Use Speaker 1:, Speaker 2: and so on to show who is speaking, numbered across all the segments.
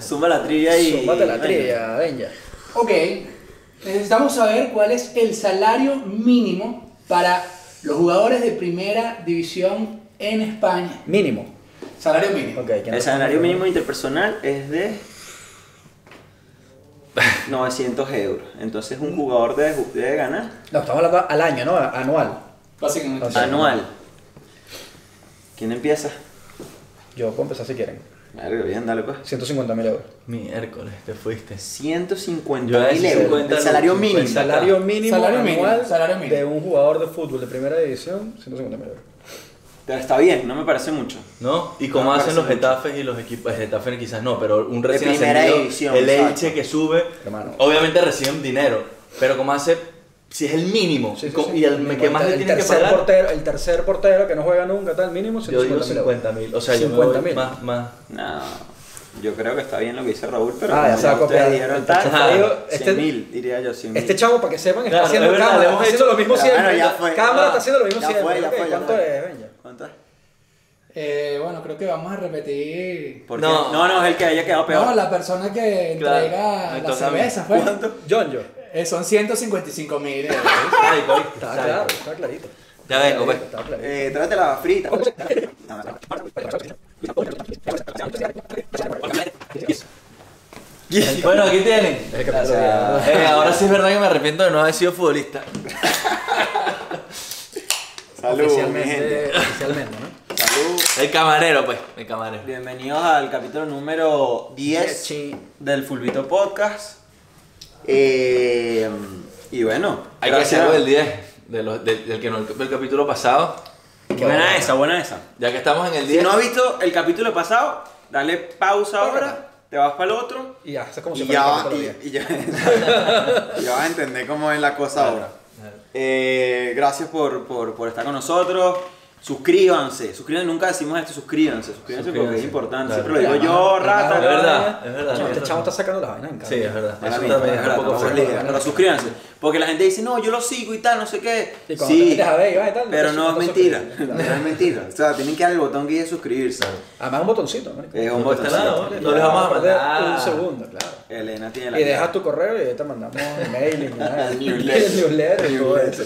Speaker 1: Suma la trivia y.
Speaker 2: Súmate la trilla, Benja.
Speaker 3: Ok, necesitamos saber cuál es el salario mínimo para los jugadores de primera división en España.
Speaker 2: Mínimo.
Speaker 3: Salario mínimo.
Speaker 2: Ok, ¿quién
Speaker 1: El
Speaker 2: te-
Speaker 1: salario mínimo interpersonal es de 900 euros. Entonces un jugador debe, ju- debe ganar
Speaker 2: No, estamos hablando al año, ¿no? Anual.
Speaker 3: Básicamente.
Speaker 2: Ok.
Speaker 1: anual. ¿Quién empieza?
Speaker 2: Yo puedo empezar si quieren.
Speaker 1: Verga, bien, dale pues.
Speaker 2: 150 mil euros.
Speaker 4: Miércoles, te fuiste.
Speaker 1: 150
Speaker 4: Yo a
Speaker 1: mil
Speaker 4: veces
Speaker 1: euros. El
Speaker 4: 50
Speaker 1: salario
Speaker 4: lucas,
Speaker 1: mínimo.
Speaker 4: el
Speaker 2: El salario mínimo
Speaker 3: Salario mínimo,
Speaker 2: anual
Speaker 3: salario mínimo.
Speaker 2: de un jugador de fútbol de primera división, 150 mil euros.
Speaker 1: Pero Está bien, no me parece mucho.
Speaker 4: ¿No? Y como
Speaker 1: No, me
Speaker 4: hacen los
Speaker 1: parece mucho.
Speaker 4: Getafes y los equipos. eh, Getafe quizás no, pero un recién
Speaker 1: primera
Speaker 4: ascendido,
Speaker 1: división,
Speaker 4: El
Speaker 1: exacto.
Speaker 4: Elche que sube.
Speaker 2: Hermano.
Speaker 4: Obviamente reciben dinero. Pero como hace. Si es el mínimo.
Speaker 2: Sí, sí,
Speaker 4: co-
Speaker 2: sí.
Speaker 4: Y el que
Speaker 2: Mínimo.
Speaker 4: más le
Speaker 2: el
Speaker 4: tienen que
Speaker 2: tercer
Speaker 4: pagar.
Speaker 2: portero, el tercer portero que no juega nunca, tal, mínimo
Speaker 4: yo digo
Speaker 2: 150
Speaker 4: 50
Speaker 2: mil
Speaker 4: mil.
Speaker 2: euros.
Speaker 4: O sea, yo me
Speaker 2: 50
Speaker 4: voy
Speaker 2: mil.
Speaker 4: más, más.
Speaker 1: No. Yo creo que está bien lo que dice Raúl, pero.
Speaker 2: Ah, ya
Speaker 1: como
Speaker 2: se va a
Speaker 1: ustedes
Speaker 2: copiar.
Speaker 1: dijeron
Speaker 2: Entonces,
Speaker 1: tal,
Speaker 2: te digo,
Speaker 1: cien
Speaker 2: este-
Speaker 1: mil, diría yo, 100
Speaker 2: Este chavo, para que sepan, está
Speaker 4: Claro,
Speaker 2: haciendo
Speaker 4: es verdad,
Speaker 2: cámara,
Speaker 4: le
Speaker 2: está
Speaker 4: hemos
Speaker 2: haciendo
Speaker 4: hecho-
Speaker 2: lo mismo
Speaker 1: Pero
Speaker 2: siempre.
Speaker 1: Ah, bueno, ya fue,
Speaker 2: cámara
Speaker 1: ya.
Speaker 2: está haciendo lo mismo
Speaker 1: Ya
Speaker 2: siempre.
Speaker 1: fue, ya
Speaker 2: Ok,
Speaker 1: fue, ya
Speaker 2: ¿Cuánto
Speaker 1: fue.
Speaker 2: es, Benja?
Speaker 1: ¿Cuánto es?
Speaker 3: Eh, bueno, creo que vamos a repetir.
Speaker 1: ¿Por qué?
Speaker 4: No.
Speaker 1: no, no, es el que haya quedado peor.
Speaker 3: No, la persona que
Speaker 4: Claro.
Speaker 3: entrega la
Speaker 4: Entonces, a mí.
Speaker 3: cerveza, fue.
Speaker 2: John, yo. Ah,
Speaker 3: Eh, son 155 mil eh, euros.
Speaker 4: Sádico, ¿viste?
Speaker 2: Estaba
Speaker 4: Sádico.
Speaker 2: claro, estaba clarito.
Speaker 4: Ya vengo, ve.
Speaker 2: Estaba clarito.
Speaker 1: Eh, tráete la frita.
Speaker 4: pues. Bueno, aquí tienen.
Speaker 2: Es el capítulo de-
Speaker 4: Eh, ahora sí es verdad que me arrepiento de no haber sido futbolista.
Speaker 1: Salud, mi gente.
Speaker 2: Oficialmente, oficialmente, ¿no?
Speaker 1: Salud.
Speaker 4: El camarero, pues. El camarero.
Speaker 1: Bienvenidos al capítulo número 10
Speaker 2: Dieci.
Speaker 1: del Fulvito Podcast. Eh, y bueno,
Speaker 4: Hay que
Speaker 1: gracias.
Speaker 4: hacer el 10 de los- del, del que no- del capítulo pasado.
Speaker 1: Buena esa, buena esa.
Speaker 4: Ya que estamos en el
Speaker 1: Si
Speaker 4: 10.
Speaker 1: no has visto el capítulo pasado, dale pausa ahora, te vas para el otro
Speaker 2: Y ya, eso es como si
Speaker 1: y
Speaker 2: fuera
Speaker 1: ya,
Speaker 2: el
Speaker 1: va-
Speaker 2: capítulo
Speaker 1: y-
Speaker 2: 10.
Speaker 1: y ya- y ya vas a entender cómo es la cosa ahora. Eh, gracias por, por- por estar con nosotros. Suscríbanse, suscríbanse, nunca decimos esto, suscríbanse, suscríbanse, porque es
Speaker 4: Suscríbanse,
Speaker 1: importante.
Speaker 4: claro.
Speaker 1: Siempre lo digo yo,
Speaker 2: Además,
Speaker 1: rata.
Speaker 4: Es verdad,
Speaker 2: además,
Speaker 4: es
Speaker 2: Este
Speaker 4: verdad, es
Speaker 2: chavo
Speaker 4: verdad.
Speaker 2: está sacando las vainas en cara.
Speaker 4: Sí, es verdad.
Speaker 1: Para
Speaker 4: Eso
Speaker 1: mí,
Speaker 4: también
Speaker 1: para
Speaker 4: es un
Speaker 1: la
Speaker 4: poco
Speaker 1: mejor
Speaker 4: fuerte.
Speaker 1: liga. Pero suscríbanse. Porque la gente dice, no, yo lo sigo y tal, no sé qué.
Speaker 2: Y cuando te metes a ver y vas y tal, no
Speaker 1: pero
Speaker 2: te
Speaker 1: no es
Speaker 2: suscribes.
Speaker 1: mentira. No es mentira. O sea, tienen que dar el botón que dice suscribirse.
Speaker 2: Además, un botoncito, marico.
Speaker 1: Es un
Speaker 4: No cuesta
Speaker 1: botón.
Speaker 4: nada, ¿no? No les vamos a
Speaker 2: Perder
Speaker 4: mandar.
Speaker 2: Un segundo, claro.
Speaker 1: Elena tiene la
Speaker 2: Y
Speaker 1: idea.
Speaker 2: dejas tu correo y ahí te mandamos email y nada.
Speaker 1: El newsletter.
Speaker 2: El newsletter y todo eso.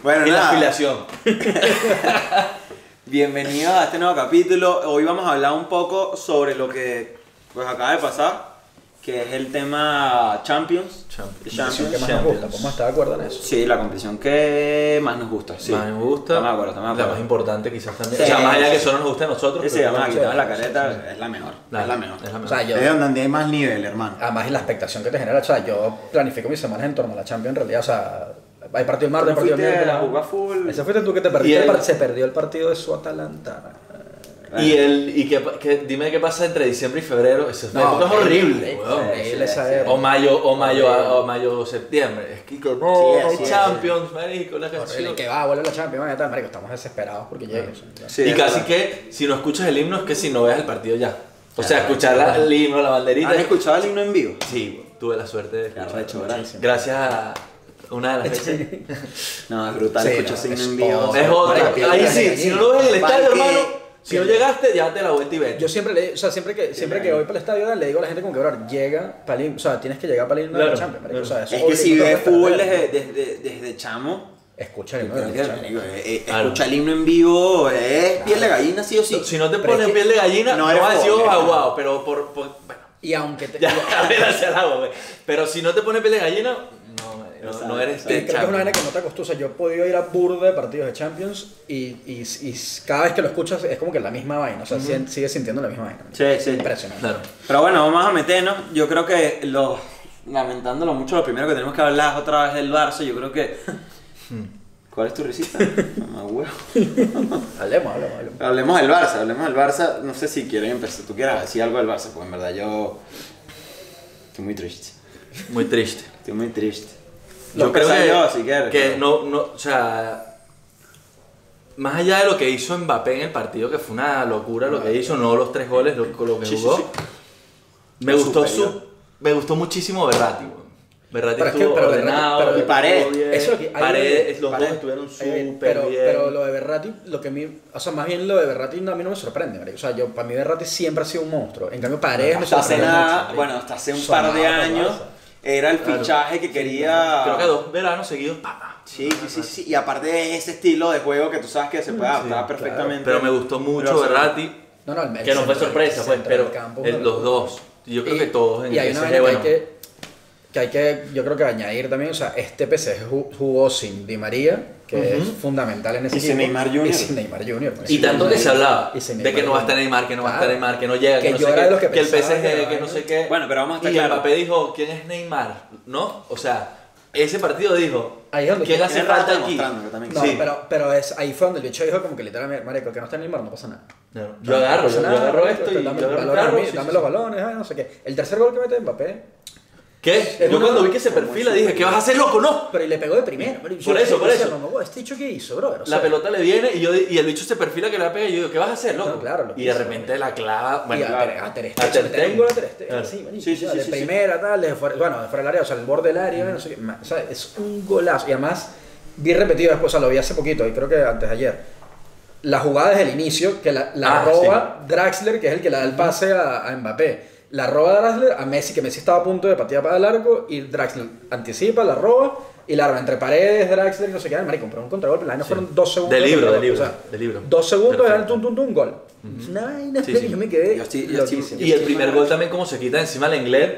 Speaker 1: Bueno,
Speaker 4: Y la
Speaker 1: nada.
Speaker 4: afiliación.
Speaker 1: Bienvenidos a este nuevo capítulo. Hoy vamos a hablar un poco sobre lo que pues acaba de pasar, que es el tema Champions.
Speaker 4: Champions.
Speaker 2: Eso
Speaker 1: Champions.
Speaker 2: es que más nos
Speaker 4: Champions.
Speaker 2: gusta, pues. podemos estar de acuerdo en eso.
Speaker 1: Sí, la competición que más nos gusta. Sí.
Speaker 4: Más me gusta.
Speaker 1: Estamos de acuerdo, estamos de
Speaker 4: La más
Speaker 1: acuerdo.
Speaker 4: importante quizás también.
Speaker 1: Sí.
Speaker 4: o sea, más allá que solo nos gusta a nosotros.
Speaker 1: Ese
Speaker 4: pero-
Speaker 1: llama
Speaker 2: sí,
Speaker 1: quitado la
Speaker 2: sí,
Speaker 1: careta es la menor.
Speaker 4: Dale,
Speaker 1: es la menor.
Speaker 4: es la
Speaker 2: O
Speaker 4: mejor.
Speaker 2: sea, yo.
Speaker 1: donde hay más nivel, hermano.
Speaker 2: Además, y la expectación que te genera. O sea, yo planifico mis semanas en torno a la Champions en realidad. O sea, hay partido el martes,
Speaker 1: ¿Tú no
Speaker 2: partido
Speaker 1: fuiste
Speaker 2: el miércoles.
Speaker 1: a jugar fútbol?
Speaker 2: Ese fuiste tú que te
Speaker 4: Y
Speaker 2: perdiste. el
Speaker 4: el-
Speaker 2: par- Se perdió el partido de su Atalanta.
Speaker 4: y el, y que, que- dime qué pasa entre diciembre y febrero. Esa
Speaker 2: No,
Speaker 4: época es horrible,
Speaker 2: horrible,
Speaker 4: weón.
Speaker 2: horrible esa
Speaker 4: Sí, sí.
Speaker 2: época.
Speaker 4: O mayo, o mayo, o mayo, o septiembre. Es que como
Speaker 1: Sí,
Speaker 4: no,
Speaker 1: sí, sí.
Speaker 4: Champions, marico, la
Speaker 2: Horrible,
Speaker 4: canción.
Speaker 2: que va, vuelve la Champions, man, y tal, marico, estamos desesperados porque llegue. o sea, ya.
Speaker 1: Sí,
Speaker 4: y
Speaker 1: es
Speaker 4: casi
Speaker 1: verdad.
Speaker 4: que si no escuchas el himno es que si no veas el partido ya. O sea, escuchar la- el himno, la banderita.
Speaker 1: ¿Han escuchado el himno en vivo?
Speaker 4: Sí, güey, tuve la suerte de
Speaker 1: Qué
Speaker 4: escuchar.
Speaker 1: arrecho, gracias.
Speaker 4: Gracias a una de las veces.
Speaker 1: No, es brutal,
Speaker 2: Sí,
Speaker 1: escucho
Speaker 2: no,
Speaker 1: ese himno
Speaker 2: es
Speaker 1: en vivo.
Speaker 2: otra.
Speaker 4: Es otra.
Speaker 2: Marico,
Speaker 4: Ahí
Speaker 2: yo
Speaker 4: sí,
Speaker 2: llegué.
Speaker 4: si no lo ves en el estadio,
Speaker 1: Parque.
Speaker 4: hermano, si no llegaste, ya te la vuelta y
Speaker 2: Yo
Speaker 4: ves.
Speaker 2: siempre le, o sea, siempre que, siempre que voy para el estadio le digo a la gente como que, bro, llega para o sea, tienes que llegar para el himno de la
Speaker 4: Claro,
Speaker 2: Champions, marico,
Speaker 4: claro.
Speaker 2: o sea,
Speaker 1: Es que si ves
Speaker 2: obligatorio
Speaker 1: fútbol
Speaker 2: perder,
Speaker 1: desde,
Speaker 2: ¿no?
Speaker 1: desde, desde chamo,
Speaker 2: escucha el himno de la Champions.
Speaker 4: Claro.
Speaker 1: escucha eh, el himno en vivo es piel de gallina, sí o sí.
Speaker 4: Si no te
Speaker 2: Pero es
Speaker 4: pones
Speaker 2: que
Speaker 4: piel de gallina,
Speaker 1: no
Speaker 4: no
Speaker 1: eres
Speaker 4: vas a decir,
Speaker 1: joven,
Speaker 4: oh,
Speaker 1: ¿no?
Speaker 4: wow, pero por. por- bueno,
Speaker 2: Y aunque te
Speaker 4: ya, gracias al agua, güey. Pero si no te pones piel de gallina, no, madre, no, no eres
Speaker 2: creo
Speaker 4: de
Speaker 2: que es una vaina
Speaker 4: Champions.
Speaker 2: que no te acostumbra. Yo he podido ir a burda de partidos de Champions y, y, y cada vez que lo escuchas es como que la misma vaina. O sea, si- sigues sintiendo la misma vaina.
Speaker 1: Sí, sí.
Speaker 2: Impresionante.
Speaker 4: Claro.
Speaker 1: Pero bueno, vamos a meternos. Yo creo que lo, lamentándolo mucho, lo primero que tenemos que hablar es otra vez del Barça. Yo creo que.
Speaker 4: Hmm.
Speaker 1: ¿Cuál es tu risita? Mamá huevo.
Speaker 2: Hablemos, hablemos, hablemos.
Speaker 1: Hablemos del Barça, hablemos del Barça. No sé si quieren empezar. Tú quieras decir algo del Barça, porque en verdad yo. Estoy muy triste.
Speaker 4: Muy triste.
Speaker 1: Estoy muy triste.
Speaker 4: Yo
Speaker 1: Lo
Speaker 4: creo
Speaker 1: empezaré
Speaker 4: que,
Speaker 1: yo, si quieres.
Speaker 4: que no, no, o sea, más allá de lo que hizo Mbappé en el partido, que fue una locura lo que hizo, no los tres goles, lo, lo que
Speaker 1: Sí, sí,
Speaker 4: jugó,
Speaker 1: sí.
Speaker 4: me
Speaker 1: Fue
Speaker 4: gustó
Speaker 1: superior.
Speaker 4: su, me gustó muchísimo Verratti, weón. Berratti
Speaker 2: Pero es que-
Speaker 4: estuvo
Speaker 2: pero Berratti-
Speaker 4: ordenado,
Speaker 2: pero
Speaker 4: Berratti
Speaker 1: Paredes,
Speaker 4: estuvo bien,
Speaker 2: eso es lo que- ahí-
Speaker 4: Paredes, los
Speaker 1: Paredes,
Speaker 4: dos estuvieron
Speaker 2: Ahí viene.
Speaker 4: súper
Speaker 2: pero,
Speaker 4: bien.
Speaker 2: pero lo de Berratti, lo que a mí, o sea, más bien lo de Berratti no, a mí no me sorprende, marico. O sea, yo, para mí Berratti siempre ha sido un monstruo. En cambio, Paredes me
Speaker 1: Hasta hace
Speaker 2: sorprende
Speaker 1: nada,
Speaker 2: mucho, marico.
Speaker 1: bueno, hasta hace un
Speaker 2: Sonaba
Speaker 1: par de
Speaker 2: para
Speaker 1: años
Speaker 2: Barça.
Speaker 1: era el
Speaker 4: Claro.
Speaker 1: fichaje que quería.
Speaker 4: Creo que dos veranos seguidos, pa, pa.
Speaker 1: Sí, sí, sí, sí. Y aparte es ese estilo de juego que tú sabes que se puede adaptar
Speaker 2: claro.
Speaker 1: perfectamente.
Speaker 4: Pero me gustó mucho
Speaker 1: Pero-
Speaker 4: Berratti,
Speaker 2: No, no, el- el
Speaker 4: que no fue
Speaker 2: centro-
Speaker 4: sorpresa,
Speaker 2: el
Speaker 4: pues,
Speaker 2: centro
Speaker 4: pero
Speaker 2: del campo,
Speaker 4: el-
Speaker 2: marico.
Speaker 4: los dos. Yo creo
Speaker 2: Y-
Speaker 4: que todos en
Speaker 2: y hay
Speaker 4: el
Speaker 2: una
Speaker 4: PSG,
Speaker 2: vaina
Speaker 4: bueno,
Speaker 2: que, hay que, que hay que, yo creo que añadir también, o sea, este PSG ju- jugó sin Di María, que es fundamental en ese
Speaker 1: Y sin
Speaker 2: equipo,
Speaker 1: Neymar Jr..
Speaker 2: Y sin Neymar Jr. marico.
Speaker 4: Y tanto que se hablaba
Speaker 2: Pues Y sin
Speaker 4: de que no va a estar Neymar, que no va a estar
Speaker 2: Claro.
Speaker 4: Neymar, que no llega, que,
Speaker 2: Que
Speaker 4: no
Speaker 2: yo
Speaker 4: sé
Speaker 2: era de los
Speaker 4: qué,
Speaker 2: que
Speaker 4: que el
Speaker 2: pensaba
Speaker 4: PSG,
Speaker 2: que
Speaker 4: que,
Speaker 2: era-
Speaker 4: no sé qué.
Speaker 1: Bueno, pero vamos a estar
Speaker 4: y
Speaker 1: claros.
Speaker 4: Mbappé dijo, ¿quién es Neymar? ¿No? O sea, ese partido dijo,
Speaker 2: Ahí es donde-
Speaker 4: ¿quién hace
Speaker 1: Tiene rato
Speaker 4: falta aquí?
Speaker 1: demostrando que también-
Speaker 2: No,
Speaker 4: Sí.
Speaker 2: pero, pero es, ahí fue donde el bicho dijo como que literalmente, marico, que no está Neymar no pasa nada.
Speaker 4: No, yo agarro,
Speaker 2: no pasa
Speaker 4: yo, yo
Speaker 2: nada,
Speaker 4: agarro
Speaker 2: marico,
Speaker 4: esto y yo
Speaker 2: dame,
Speaker 4: agarro el
Speaker 2: los balones,
Speaker 4: carro,
Speaker 2: mí,
Speaker 4: sí,
Speaker 2: dame
Speaker 4: sí,
Speaker 2: los
Speaker 4: sí.
Speaker 2: balones, ah, no sé qué. El tercer gol que mete Mbappé,
Speaker 4: ¿Qué? Yo
Speaker 2: una-
Speaker 4: cuando vi que se perfila dije, ¿qué vas a hacer, loco? ¡No!
Speaker 2: pero y le pegó de primero. marico.
Speaker 4: Por
Speaker 2: Yo-
Speaker 4: eso,
Speaker 2: yo
Speaker 4: por
Speaker 2: decía,
Speaker 4: eso.
Speaker 2: "Mamá, este bicho qué hizo, bro.
Speaker 4: La pelota le viene y, yo, di- y el bicho se perfila que la pega y yo digo, ¿qué vas a hacer, loco?
Speaker 2: No, claro, lo
Speaker 4: y
Speaker 2: que
Speaker 4: de
Speaker 2: hizo,
Speaker 4: repente la clava,
Speaker 2: Bueno,
Speaker 4: bueno,
Speaker 2: a,
Speaker 4: claro,
Speaker 2: Ter- a Ter
Speaker 4: a Ter
Speaker 2: Stegen, meter un gol a Ter Stegen,
Speaker 4: Claro.
Speaker 2: sí, marico,
Speaker 1: Sí, sí,
Speaker 2: o sea,
Speaker 1: sí,
Speaker 2: de
Speaker 1: sí, sí.
Speaker 2: primera, tal, de fuera, bueno, de fuera del área, o sea, el borde del área, no sé qué, ma- o sea, es un golazo, y además, vi repetido después, o sea, lo vi hace poquito, y creo que antes de ayer, la jugada desde el inicio, que la, la
Speaker 4: Ah,
Speaker 2: roba Draxler, que es el que le da el pase a, a Mbappé, la roba Draxler a Messi, que Messi estaba a punto de patear para el arco, y Draxler anticipa, la roba, y la arma entre paredes, Draxler, y no sé qué, marico, pero un contragolpe, la vaina fueron dos segundos.
Speaker 4: De libro, de libro,
Speaker 2: o sea,
Speaker 4: de libro.
Speaker 2: Dos segundos,
Speaker 4: Perfecto.
Speaker 2: era tum, tum, tum, gol. Una vaina,
Speaker 4: Sí, sí.
Speaker 2: yo me quedé
Speaker 1: Yo estoy- yo estoy-
Speaker 2: Eh, loquísimo.
Speaker 4: Y el primer gol también como se quita encima al inglés.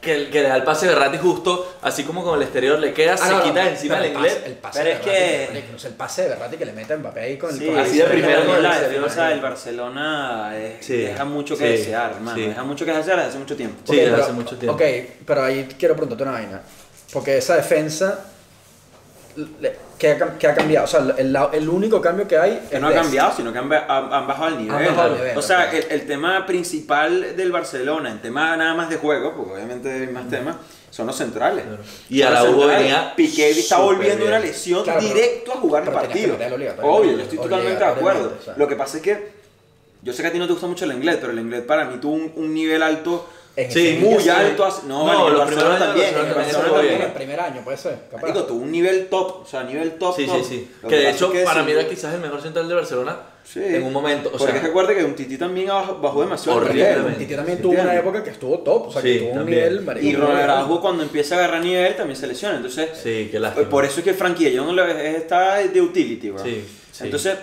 Speaker 4: Que, el- que le da el pase de Berratti justo, así como con el exterior le queda,
Speaker 2: Ah,
Speaker 4: se
Speaker 2: no, no,
Speaker 4: quita
Speaker 2: pero
Speaker 4: encima
Speaker 2: el
Speaker 4: al
Speaker 2: pase-
Speaker 4: inglés.
Speaker 2: El pase
Speaker 1: Pero
Speaker 2: de
Speaker 1: es
Speaker 2: Berratti,
Speaker 1: que-
Speaker 2: marico, o sea, el pase de Berratti que le mete a Mbappé ahí con
Speaker 1: Sí,
Speaker 2: el con-
Speaker 4: así de
Speaker 1: pero
Speaker 4: primero
Speaker 1: la-
Speaker 4: con el
Speaker 1: la
Speaker 4: exterior.
Speaker 1: defensa del Barcelona eh,
Speaker 4: Sí.
Speaker 1: deja mucho que
Speaker 4: Sí.
Speaker 1: desear, hermano.
Speaker 4: Sí.
Speaker 1: Deja mucho que desear desde hace mucho tiempo.
Speaker 4: Sí,
Speaker 2: Ok,
Speaker 4: desde
Speaker 2: pero-
Speaker 4: hace mucho tiempo.
Speaker 2: Ok, pero ahí quiero preguntarte una vaina. Porque esa defensa le- que ha, cam- que ha cambiado, o sea, el, la- el único cambio que hay
Speaker 1: Que
Speaker 2: es
Speaker 1: no ha
Speaker 2: de-
Speaker 1: cambiado, sino que han, ba- han- han bajado el nivel.
Speaker 2: Han bajado el nivel,
Speaker 1: o sea,
Speaker 2: ok.
Speaker 1: el, el tema principal del Barcelona, en tema nada más de juego, porque obviamente hay más temas, son los centrales.
Speaker 4: Claro. Y
Speaker 1: Son los
Speaker 4: Araujo
Speaker 1: centrales.
Speaker 4: venía
Speaker 1: Piqué está
Speaker 4: súper
Speaker 1: volviendo de una
Speaker 4: bien.
Speaker 1: lesión
Speaker 2: Claro, pero-
Speaker 1: directo a jugar el
Speaker 2: pero tenías que
Speaker 1: partido.
Speaker 2: meterlo obligatoriamente,
Speaker 1: Obvio, yo estoy totalmente de acuerdo.
Speaker 2: obligatoriamente, o sea.
Speaker 1: Lo que pasa es que yo sé que a ti no te gusta mucho el inglés, pero el inglés para mí tuvo un, un nivel alto.
Speaker 2: En
Speaker 4: Sí,
Speaker 2: ese-
Speaker 1: muy
Speaker 4: sí.
Speaker 1: alto. hace- No,
Speaker 4: No,
Speaker 1: vale, el
Speaker 4: los
Speaker 1: Barcelona
Speaker 4: primeros años
Speaker 1: también.
Speaker 4: del
Speaker 1: El
Speaker 4: Barcelona
Speaker 1: Barcelona
Speaker 4: estuvo
Speaker 1: también.
Speaker 2: en el primer año, puede ser. capaz.
Speaker 1: Marico, tuvo un nivel top, o sea, nivel top.
Speaker 4: Sí, sí,
Speaker 1: top.
Speaker 4: sí.
Speaker 1: Lo
Speaker 4: Que de
Speaker 1: pasa
Speaker 4: hecho
Speaker 1: es que
Speaker 4: para
Speaker 1: sí.
Speaker 4: mí era quizás el mejor central de Barcelona
Speaker 1: Sí.
Speaker 4: en un momento. O
Speaker 1: Porque
Speaker 4: sea,
Speaker 1: recuerda que un tití también bajó, bajó demasiado. el
Speaker 4: Horriblemente.
Speaker 1: nivel.
Speaker 2: Y que también
Speaker 1: Sí,
Speaker 2: tuvo una
Speaker 1: entiendo.
Speaker 2: época que estuvo top, o sea,
Speaker 4: Sí,
Speaker 2: que tuvo un
Speaker 4: también.
Speaker 2: nivel, marico.
Speaker 1: Y
Speaker 2: muy
Speaker 1: Ronald
Speaker 2: bueno.
Speaker 1: Araujo cuando empieza a agarrar nivel también se lesiona. Entonces,
Speaker 4: Sí, qué lástima.
Speaker 1: Pues por eso es que Frankie de Jong lo- es- está de utility, bro.
Speaker 4: Sí, sí.
Speaker 1: Entonces,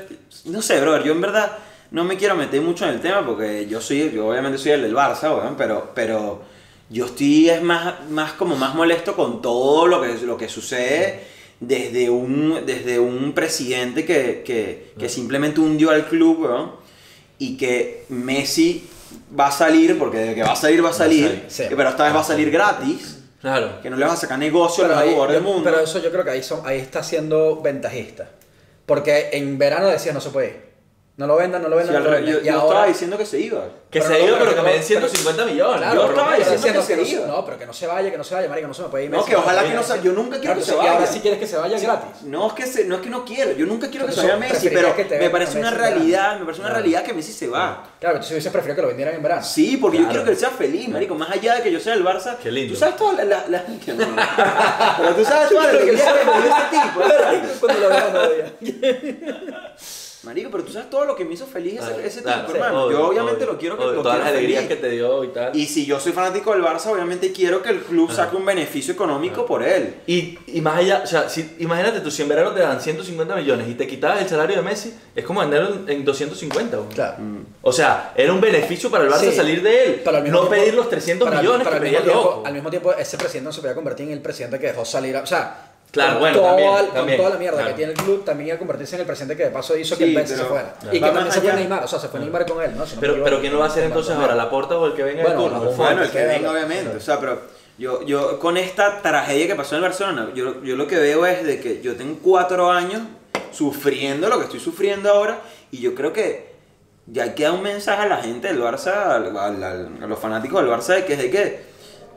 Speaker 1: no sé, brother, yo en verdad no me quiero meter mucho en el tema porque yo soy, yo obviamente soy el del Barça, weón, pero, pero yo estoy es más, más como más molesto con todo lo que, lo que sucede desde un, desde un presidente que, que, que simplemente hundió al club, weón, y que Messi va a salir, porque de que va a salir, va a salir,
Speaker 4: salir,
Speaker 2: sí.
Speaker 1: pero esta vez va a salir gratis
Speaker 4: claro.
Speaker 1: que no le vas a sacar negocio a
Speaker 2: Pero,
Speaker 1: los
Speaker 2: ahí-
Speaker 1: jugadores del
Speaker 2: yo-
Speaker 1: mundo.
Speaker 2: pero eso yo creo que ahí, son, ahí está siendo ventajista. Porque en verano decías no se puede ir. No lo vendan, no lo
Speaker 1: Sí,
Speaker 2: vendan,
Speaker 1: al
Speaker 2: no lo
Speaker 1: revés, yo,
Speaker 2: vendan.
Speaker 1: yo estaba diciendo que se iba.
Speaker 4: Que
Speaker 2: Pero
Speaker 4: se
Speaker 2: no,
Speaker 4: iba,
Speaker 2: pero que
Speaker 4: pero que
Speaker 2: no-
Speaker 4: me den 150 millones.
Speaker 2: Claro,
Speaker 4: Yo
Speaker 1: estaba
Speaker 4: rompo la
Speaker 1: diciendo
Speaker 4: cabeza.
Speaker 1: que
Speaker 2: no,
Speaker 1: se
Speaker 2: no,
Speaker 1: iba.
Speaker 2: No, pero que no se vaya, que no se vaya, marica, no se me puede ir.
Speaker 1: No,
Speaker 2: Messi,
Speaker 1: que ojalá
Speaker 2: me
Speaker 1: que no
Speaker 2: puede ir.
Speaker 1: se- yo nunca quiero que se
Speaker 2: y
Speaker 1: vaya.
Speaker 2: ahora sí quieres que se vaya gratis.
Speaker 1: No es, que se- no es que no quiero, yo nunca quiero que se vaya
Speaker 2: Entonces,
Speaker 1: Messi,
Speaker 2: preferirás
Speaker 1: pero
Speaker 2: que te
Speaker 1: me
Speaker 2: venga
Speaker 1: parece una
Speaker 2: Messi en verano.
Speaker 1: realidad, me parece una
Speaker 2: Claro.
Speaker 1: realidad que Messi se va.
Speaker 2: Claro, entonces hubiese preferido que lo vendieran en verano.
Speaker 1: Sí, porque yo
Speaker 4: Claro.
Speaker 1: quiero que él sea feliz, marico, más allá de que yo sea del Barça.
Speaker 4: Qué lindo.
Speaker 1: Tú sabes todas las... La, la- qué bueno. pero tú sabes todas las
Speaker 2: Pero que
Speaker 1: alegrías
Speaker 2: sabe-
Speaker 1: que me dio ese tipo. ¿eh?
Speaker 2: Cuando lo vean, no lo vean.
Speaker 1: Marico, pero tú sabes todo lo que me hizo feliz ese, ese
Speaker 4: Claro,
Speaker 1: tipo,
Speaker 4: sí,
Speaker 1: hermano.
Speaker 4: obvio,
Speaker 1: yo obviamente
Speaker 4: obvio,
Speaker 1: lo quiero que
Speaker 4: obvio,
Speaker 1: lo
Speaker 4: Todas las
Speaker 1: quiero
Speaker 4: alegrías
Speaker 1: feliz.
Speaker 4: que te dio y tal.
Speaker 1: Y si yo soy fanático del Barça, obviamente quiero que el club saque un beneficio económico por él.
Speaker 4: Y, y más allá, o sea, si, imagínate tú, si en verano te dan 150 millones y te quitabas el salario de Messi, es como venderlo en, en 250. güey.
Speaker 2: Claro.
Speaker 4: O sea, era un beneficio para el Barça
Speaker 2: Sí.
Speaker 4: salir de él.
Speaker 2: Pero al mismo
Speaker 4: no
Speaker 2: tiempo-
Speaker 4: pedir los 300
Speaker 2: pero al-
Speaker 4: millones
Speaker 2: pero
Speaker 4: que
Speaker 2: al
Speaker 4: pedía
Speaker 2: mismo
Speaker 4: el
Speaker 2: tiempo-
Speaker 4: loco.
Speaker 2: Al mismo tiempo, ese presidente no se podía convertir en el presidente que dejó salir. a- O sea, con
Speaker 4: Claro, bueno,
Speaker 2: toda,
Speaker 4: también,
Speaker 2: con
Speaker 4: también,
Speaker 2: toda la mierda
Speaker 4: claro.
Speaker 2: que tiene el club, también iba a convertirse en el presidente que de paso hizo que
Speaker 1: Sí,
Speaker 2: el Messi se
Speaker 1: pero-
Speaker 2: fuera.
Speaker 1: claro.
Speaker 2: Y que
Speaker 1: Va
Speaker 2: también
Speaker 1: más
Speaker 2: se fue
Speaker 1: allá.
Speaker 2: Neymar, o sea, se fue Neymar con él, ¿no? Si no me
Speaker 4: Pero,
Speaker 2: equivoco,
Speaker 4: pero ¿quién lo va a hacer
Speaker 2: Neymar con
Speaker 4: entonces
Speaker 2: él.
Speaker 4: ahora? ¿La Porta o el que venga de
Speaker 2: Bueno,
Speaker 4: turno?
Speaker 2: la-
Speaker 4: El Fon-
Speaker 1: Bueno,
Speaker 2: Bueno,
Speaker 1: el que
Speaker 2: claro.
Speaker 1: venga, obviamente. O sea, pero yo, yo con esta tragedia que pasó en el Barcelona, yo, yo lo que veo es de que yo tengo cuatro años sufriendo lo que estoy sufriendo ahora y yo creo que ya queda un mensaje a la gente del Barça, al- al- al- a los fanáticos del Barça, de que es de que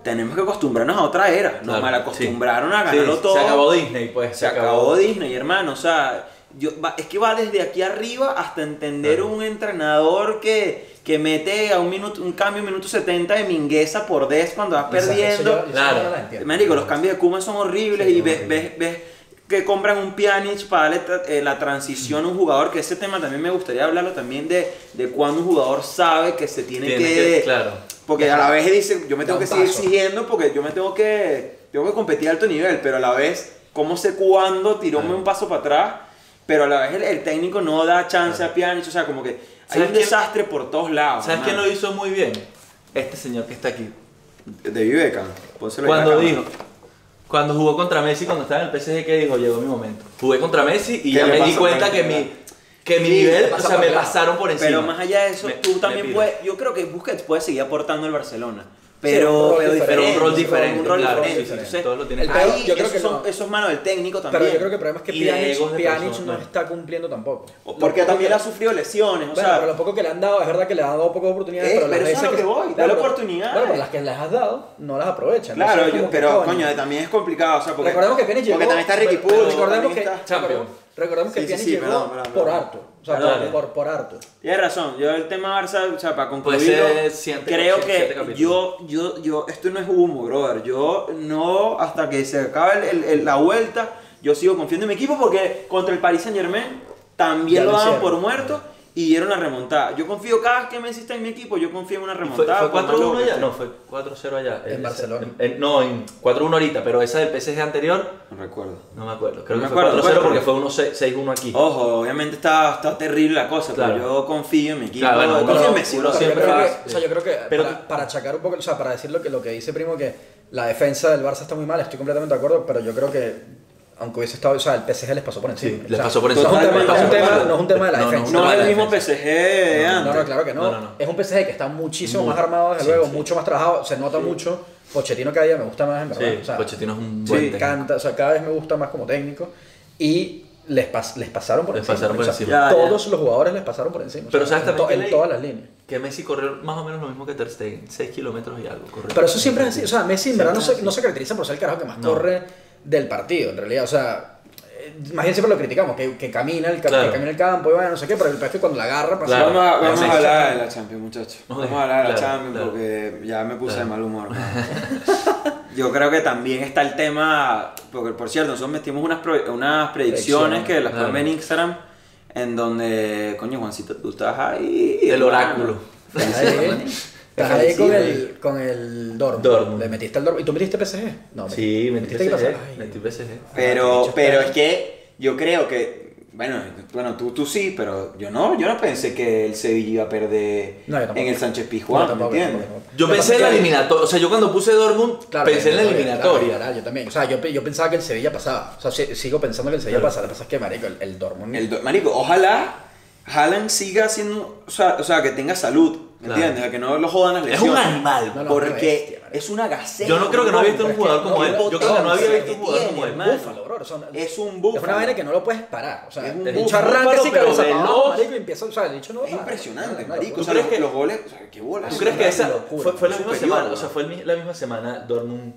Speaker 1: tenemos que acostumbrarnos a otra era. Nos
Speaker 4: Claro,
Speaker 1: malacostumbraron
Speaker 4: sí.
Speaker 1: a ganarlo
Speaker 4: Sí,
Speaker 1: todo.
Speaker 4: Se acabó Disney, pues.
Speaker 1: Se acabó Disney, hermano. O sea, yo, va- es que va desde aquí arriba hasta entender
Speaker 4: Claro.
Speaker 1: un entrenador que, que mete a un minuto, un cambio, minuto 70 de Mingueza por Des cuando vas
Speaker 2: Esas- eso
Speaker 1: perdiendo.
Speaker 2: yo- eso
Speaker 4: Claro.
Speaker 2: yo la entiendo.
Speaker 1: Marico, los cambios de Kuma son horribles
Speaker 2: Sí,
Speaker 1: y ves,
Speaker 2: horrible.
Speaker 1: ves, ves que compran un Pjanic para darle tra- eh, la transición a un jugador, que ese tema también me gustaría hablarlo también de, de cuando un jugador sabe que se tiene,
Speaker 4: Tiene
Speaker 1: que,
Speaker 4: que- claro.
Speaker 1: Porque a la vez dice, yo me
Speaker 2: Da
Speaker 1: tengo
Speaker 2: un
Speaker 1: que seguir
Speaker 2: paso.
Speaker 1: exigiendo porque yo me tengo que, tengo que competir a alto nivel, pero a la vez, ¿cómo sé cuándo tirarme
Speaker 4: Claro.
Speaker 1: un paso para atrás? Pero a la vez el, el técnico no da chance a Pjanic, o sea, como que hay
Speaker 4: ¿Sabes
Speaker 1: un
Speaker 4: quién-
Speaker 1: desastre por todos lados.
Speaker 4: ¿Sabes quién
Speaker 1: hermano.
Speaker 4: lo hizo muy bien? Este señor que está aquí.
Speaker 1: De Viveca. pónselo ahí en la
Speaker 4: Cuando
Speaker 1: cámara.
Speaker 4: dijo, cuando jugó contra Messi, cuando estaba en el PSG, que dijo, llegó mi momento. Jugué contra Messi y
Speaker 1: ¿Qué
Speaker 4: ya
Speaker 1: le
Speaker 4: me di
Speaker 1: pasa,
Speaker 4: cuenta
Speaker 1: Frank?
Speaker 4: que mi, que mi
Speaker 2: Sí, te
Speaker 4: nivel, o
Speaker 2: pasa
Speaker 4: sea,
Speaker 2: por
Speaker 4: me
Speaker 2: el lado.
Speaker 4: pasaron por encima.
Speaker 1: Pero más allá de eso,
Speaker 4: Me-
Speaker 1: tú
Speaker 4: me
Speaker 1: también
Speaker 4: piro.
Speaker 1: puedes. Yo creo que Busquets puede seguir aportando al Barcelona.
Speaker 2: un
Speaker 1: Pero,
Speaker 2: rol diferente,
Speaker 4: Pero un rol
Speaker 1: con
Speaker 4: diferente,
Speaker 1: Un rol
Speaker 4: claro,
Speaker 1: diferente.
Speaker 4: sí, sí,
Speaker 1: Entonces,
Speaker 4: todos lo tienen.
Speaker 2: El
Speaker 1: ahí,
Speaker 2: peor- yo creo
Speaker 1: eso,
Speaker 2: que
Speaker 1: son-
Speaker 2: no.
Speaker 1: eso es mano del técnico también.
Speaker 2: Pero yo creo que el problema es que
Speaker 4: Y de egos
Speaker 2: Pjanic,
Speaker 4: de
Speaker 2: Pjanic
Speaker 4: persona.
Speaker 2: no está cumpliendo tampoco.
Speaker 1: Porque
Speaker 2: Lo-
Speaker 1: también ha sufrido lesiones. O
Speaker 2: Bueno,
Speaker 1: sea,
Speaker 2: pero lo poco que le han dado, es verdad que le han dado pocas oportunidades,
Speaker 1: Eh,
Speaker 2: pero las
Speaker 1: pero eso es
Speaker 2: veces
Speaker 1: a lo que voy,
Speaker 2: Bueno,
Speaker 1: dale
Speaker 2: pero-
Speaker 1: oportunidades.
Speaker 2: Bueno, pero las que les has dado, no las aprovechan. no
Speaker 1: claro,
Speaker 2: son como
Speaker 1: yo,
Speaker 2: que,
Speaker 1: pero coño, también es complicado. O sea, porque,
Speaker 2: recordemos que Pjanic llegó...
Speaker 1: Porque también está Ricky
Speaker 2: pero-
Speaker 1: Puig.
Speaker 2: Recordemos
Speaker 1: también
Speaker 2: que...
Speaker 1: está-
Speaker 4: Champions.
Speaker 2: Recordemos que
Speaker 1: Sí, sí,
Speaker 2: Pjanic
Speaker 1: sí,
Speaker 2: llegó
Speaker 1: perdón, perdón,
Speaker 2: por
Speaker 1: perdón.
Speaker 2: harto. O sea,
Speaker 4: Perdón.
Speaker 2: por, por, por harto.
Speaker 1: Tienes razón, yo el tema Barça, o sea, para concluir,
Speaker 4: Puede ser siete-
Speaker 1: creo
Speaker 4: siete- siete
Speaker 1: que
Speaker 4: capítulos.
Speaker 1: yo, yo, yo, esto no es humo, brother, yo no, hasta que se acabe el- el- el- la vuelta, yo sigo confiando en mi equipo porque contra el Paris Saint Germain también
Speaker 2: Ya
Speaker 1: lo
Speaker 2: lo
Speaker 1: daban
Speaker 2: hicieron.
Speaker 1: por muerto y dieron la remontada. Yo confío cada vez que Messi está en mi equipo, yo confío en una
Speaker 4: ¿Fue,
Speaker 1: remontada.
Speaker 4: fue
Speaker 1: por más
Speaker 4: 4-1
Speaker 1: loco que
Speaker 4: allá?
Speaker 1: sea.
Speaker 4: No, fue 4-0 allá.
Speaker 2: En
Speaker 4: Esa-
Speaker 2: Barcelona.
Speaker 4: en- en- no, en 4-1 ahorita, pero esa del PSG anterior,
Speaker 1: No recuerdo.
Speaker 4: no me acuerdo. Creo
Speaker 1: No
Speaker 4: que
Speaker 1: me
Speaker 4: fue
Speaker 1: acuerdo,
Speaker 4: 4-0
Speaker 1: cuatro.
Speaker 4: porque fue 1-6-1 aquí.
Speaker 2: Oh,
Speaker 1: Ojo, obviamente está, está terrible la cosa, pero
Speaker 4: Claro.
Speaker 1: yo confío en mi equipo.
Speaker 4: Claro, bueno,
Speaker 1: confío
Speaker 4: uno-
Speaker 1: en Messi,
Speaker 4: uno
Speaker 1: brother.
Speaker 2: Pero yo
Speaker 4: siempre
Speaker 2: creo
Speaker 4: va-
Speaker 2: que- o sea, yo creo que
Speaker 4: Pero-
Speaker 2: para, para achacar un poco, o sea, para decir lo que, lo que dice Primo, que la defensa del Barça está muy mal, estoy completamente de acuerdo, pero yo creo que. Aunque hubiese estado, o sea, el PSG les pasó por encima.
Speaker 4: Sí,
Speaker 2: O
Speaker 4: les
Speaker 2: sea,
Speaker 4: pasó por
Speaker 2: no es
Speaker 4: encima.
Speaker 2: un tema- No es un
Speaker 1: Totalmente.
Speaker 2: tema- no es un tema de la
Speaker 4: No, no,
Speaker 2: defensa.
Speaker 1: No es el
Speaker 4: Mala
Speaker 1: mismo
Speaker 4: defensa.
Speaker 1: PSG de
Speaker 2: No,
Speaker 1: antes.
Speaker 2: no, claro que no.
Speaker 4: No, no, no.
Speaker 2: Es un PSG que está muchísimo
Speaker 4: Muy-
Speaker 2: más armado, desde
Speaker 4: sí,
Speaker 2: luego,
Speaker 4: sí.
Speaker 2: mucho más trabajado, se nota mucho. Pochettino cada día me gusta más, en verdad.
Speaker 4: Sí,
Speaker 2: o sea,
Speaker 4: Pochettino es un
Speaker 2: sí,
Speaker 4: buen técnico.
Speaker 2: canta, o sea, cada vez me gusta más como técnico. Y les, pas- les pasaron por
Speaker 4: Les
Speaker 2: encima.
Speaker 4: pasaron por
Speaker 2: o sea,
Speaker 4: encima.
Speaker 1: Ya, ya.
Speaker 2: todos los jugadores les pasaron por encima. o
Speaker 4: Pero
Speaker 2: sea,
Speaker 4: ¿sabes
Speaker 2: en,
Speaker 4: también
Speaker 2: to-
Speaker 4: qué
Speaker 2: en
Speaker 4: leí?
Speaker 2: todas las líneas.
Speaker 4: Que Messi corrió más o menos lo mismo que Ter Stegen, 6 kilómetros y algo. corrió.
Speaker 2: Pero eso siempre es así. O sea, Messi en verdad no
Speaker 4: Siempre
Speaker 2: se, no se caracteriza por ser el carajo que más
Speaker 4: No.
Speaker 2: corre del partido, en realidad. O sea, eh, más bien siempre lo criticamos, que, que camina el, ca-
Speaker 4: Claro.
Speaker 2: que camina el campo y bueno, no sé qué, pero el peor que cuando la agarra pasa.
Speaker 4: Claro.
Speaker 1: Vamos, a, vamos
Speaker 4: Sí.
Speaker 1: a hablar de la Champions, muchachos. Vamos a hablar de la
Speaker 4: Claro,
Speaker 1: Champions
Speaker 4: claro.
Speaker 1: porque ya me puse de mal humor. ¿no? Yo creo que también está el tema, porque por cierto, nosotros metimos unas, pro- unas predicciones
Speaker 2: Predicciones,
Speaker 1: que las
Speaker 4: claro.
Speaker 1: pueden ver en Instagram, en donde, coño, Juancito, tú estás ahí.
Speaker 4: El
Speaker 1: hermano.
Speaker 4: oráculo.
Speaker 2: Estás ahí, estás ahí con, el, con el Dortmund.
Speaker 4: Dortmund.
Speaker 2: Le metiste al Dortmund. ¿Y tú metiste PSG? No,
Speaker 4: Sí, metí
Speaker 2: qué
Speaker 4: PSG.
Speaker 2: pasa? Ay,
Speaker 4: Metí PSG.
Speaker 1: Pero,
Speaker 2: Dicho
Speaker 1: pero
Speaker 2: claro.
Speaker 1: es que yo creo que, bueno, bueno tú, tú sí, pero yo no, yo no pensé que el Sevilla iba a perder
Speaker 2: No, yo tampoco.
Speaker 1: en el Sánchez
Speaker 2: no,
Speaker 1: Pizjuán, ¿me
Speaker 2: tampoco,
Speaker 1: entiendes?
Speaker 2: tampoco, tampoco.
Speaker 4: Yo
Speaker 2: Lo que
Speaker 4: pensé en
Speaker 2: pasa
Speaker 4: la
Speaker 2: es que-
Speaker 4: eliminatoria. O sea, yo cuando puse Dortmund,
Speaker 2: Claro,
Speaker 4: pensé en la
Speaker 2: claro,
Speaker 4: eliminatoria.
Speaker 2: claro, yo también. O sea, yo, yo pensaba que el Sevilla pasaba. O sea, si- sigo pensando que el Sevilla
Speaker 4: Claro.
Speaker 2: pasaba. Lo que pasa es que, marico, el, el Dortmund...
Speaker 1: El, do- marico, ojalá Haaland siga siendo, o sea, o sea, que tenga salud, ¿me
Speaker 4: Claro.
Speaker 1: entiendes? Que no lo jodan las
Speaker 4: Es un
Speaker 1: lesiones.
Speaker 4: animal.
Speaker 2: No, no,
Speaker 1: porque
Speaker 2: una bestia, marico.
Speaker 1: es una gaceta.
Speaker 4: Yo no creo que no
Speaker 1: weón,
Speaker 4: haya visto un
Speaker 1: pero
Speaker 4: jugador
Speaker 1: es que
Speaker 4: como
Speaker 1: no,
Speaker 4: él.
Speaker 1: el
Speaker 4: Yo creo que no había
Speaker 1: potencia
Speaker 4: visto un
Speaker 1: que
Speaker 4: jugador
Speaker 1: tiene,
Speaker 4: como él.
Speaker 1: hermano.
Speaker 2: búfalo, bro. o sea,
Speaker 1: Es un
Speaker 2: Es
Speaker 1: búfalo.
Speaker 2: una vaina que no lo puedes parar. O sea,
Speaker 1: Es un
Speaker 2: el
Speaker 1: búfalo,
Speaker 2: bicho arranca así,
Speaker 4: pero
Speaker 2: cabeza para abajo,
Speaker 4: veloz.
Speaker 2: marico, y empieza... O sea, el bicho no va
Speaker 1: Es
Speaker 2: a parar.
Speaker 1: impresionante,
Speaker 2: No, no,
Speaker 1: marico.
Speaker 2: no,
Speaker 1: O
Speaker 4: ¿Tú
Speaker 1: sea,
Speaker 4: crees
Speaker 1: los,
Speaker 4: que-
Speaker 1: los goles, o sea, qué bolas.
Speaker 4: ¿Tú crees que esa
Speaker 2: locura,
Speaker 4: fue, fue la misma
Speaker 1: superior,
Speaker 4: semana? O sea,
Speaker 1: ¿no?
Speaker 4: fue el mi- la misma semana Dortmund,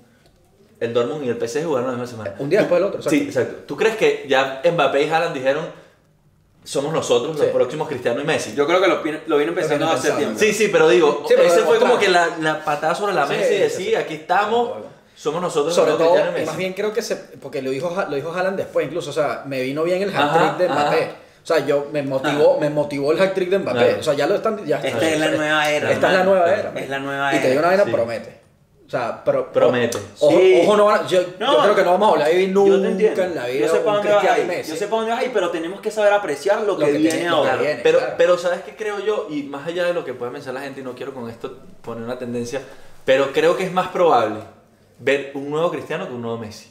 Speaker 4: el Dortmund y el PSG jugaron la misma semana.
Speaker 2: Un día después del otro,
Speaker 4: Sí,
Speaker 2: exacto.
Speaker 4: exacto. ¿Tú crees que ya Mbappé y Haaland dijeron somos nosotros los
Speaker 2: Sí.
Speaker 4: próximos Cristiano y Messi?
Speaker 1: Yo creo que lo, pi- lo vino empezando
Speaker 2: Lo viene
Speaker 1: hace
Speaker 2: pensando.
Speaker 1: tiempo.
Speaker 4: sí, sí, pero digo,
Speaker 2: Sí, pero
Speaker 4: ese
Speaker 2: lo
Speaker 4: fue como
Speaker 2: demostraron.
Speaker 4: que la, la patada sobre la
Speaker 2: Sí,
Speaker 4: mesa y
Speaker 2: sí,
Speaker 4: decir,
Speaker 2: sí.
Speaker 4: aquí estamos, somos nosotros
Speaker 2: Sobre
Speaker 4: los
Speaker 2: todo,
Speaker 4: Cristiano y Messi.
Speaker 2: más bien creo que se. Porque lo dijo, Ha- lo dijo Haaland después, incluso. O sea, me vino bien el
Speaker 4: Ajá,
Speaker 2: hat-trick de
Speaker 4: ajá.
Speaker 2: Mbappé. O sea, yo me motivó, me motivó el hat-trick de Mbappé.
Speaker 4: Claro.
Speaker 2: O sea, ya lo están. Ya,
Speaker 1: Esta es la nueva era.
Speaker 2: Esta es la
Speaker 1: hermano.
Speaker 2: nueva era.
Speaker 1: Es la nueva
Speaker 2: Y te
Speaker 1: era.
Speaker 2: digo una vaina,
Speaker 4: Sí.
Speaker 2: promete. O sea, pero,
Speaker 4: Promete.
Speaker 2: Ojo,
Speaker 1: Sí.
Speaker 2: ojo, no van a- yo, yo
Speaker 1: No.
Speaker 2: creo que no vamos a hablar de vivir
Speaker 1: Yo te
Speaker 2: nunca
Speaker 1: entiendo.
Speaker 2: en la vida.
Speaker 1: Yo sé
Speaker 2: un
Speaker 1: para dónde vas
Speaker 2: Cristiano
Speaker 1: ahí.
Speaker 2: y Messi.
Speaker 1: Yo sé para dónde vas ahí, pero tenemos que saber apreciar lo,
Speaker 2: Lo
Speaker 1: que,
Speaker 2: que
Speaker 1: viene
Speaker 2: tiene- lo que
Speaker 1: ahora.
Speaker 2: viene.
Speaker 4: pero,
Speaker 2: claro.
Speaker 4: pero sabes qué creo yo, y más allá de lo que pueda pensar la gente, y no quiero con esto poner una tendencia, pero creo que es más probable ver un nuevo Cristiano que un nuevo Messi.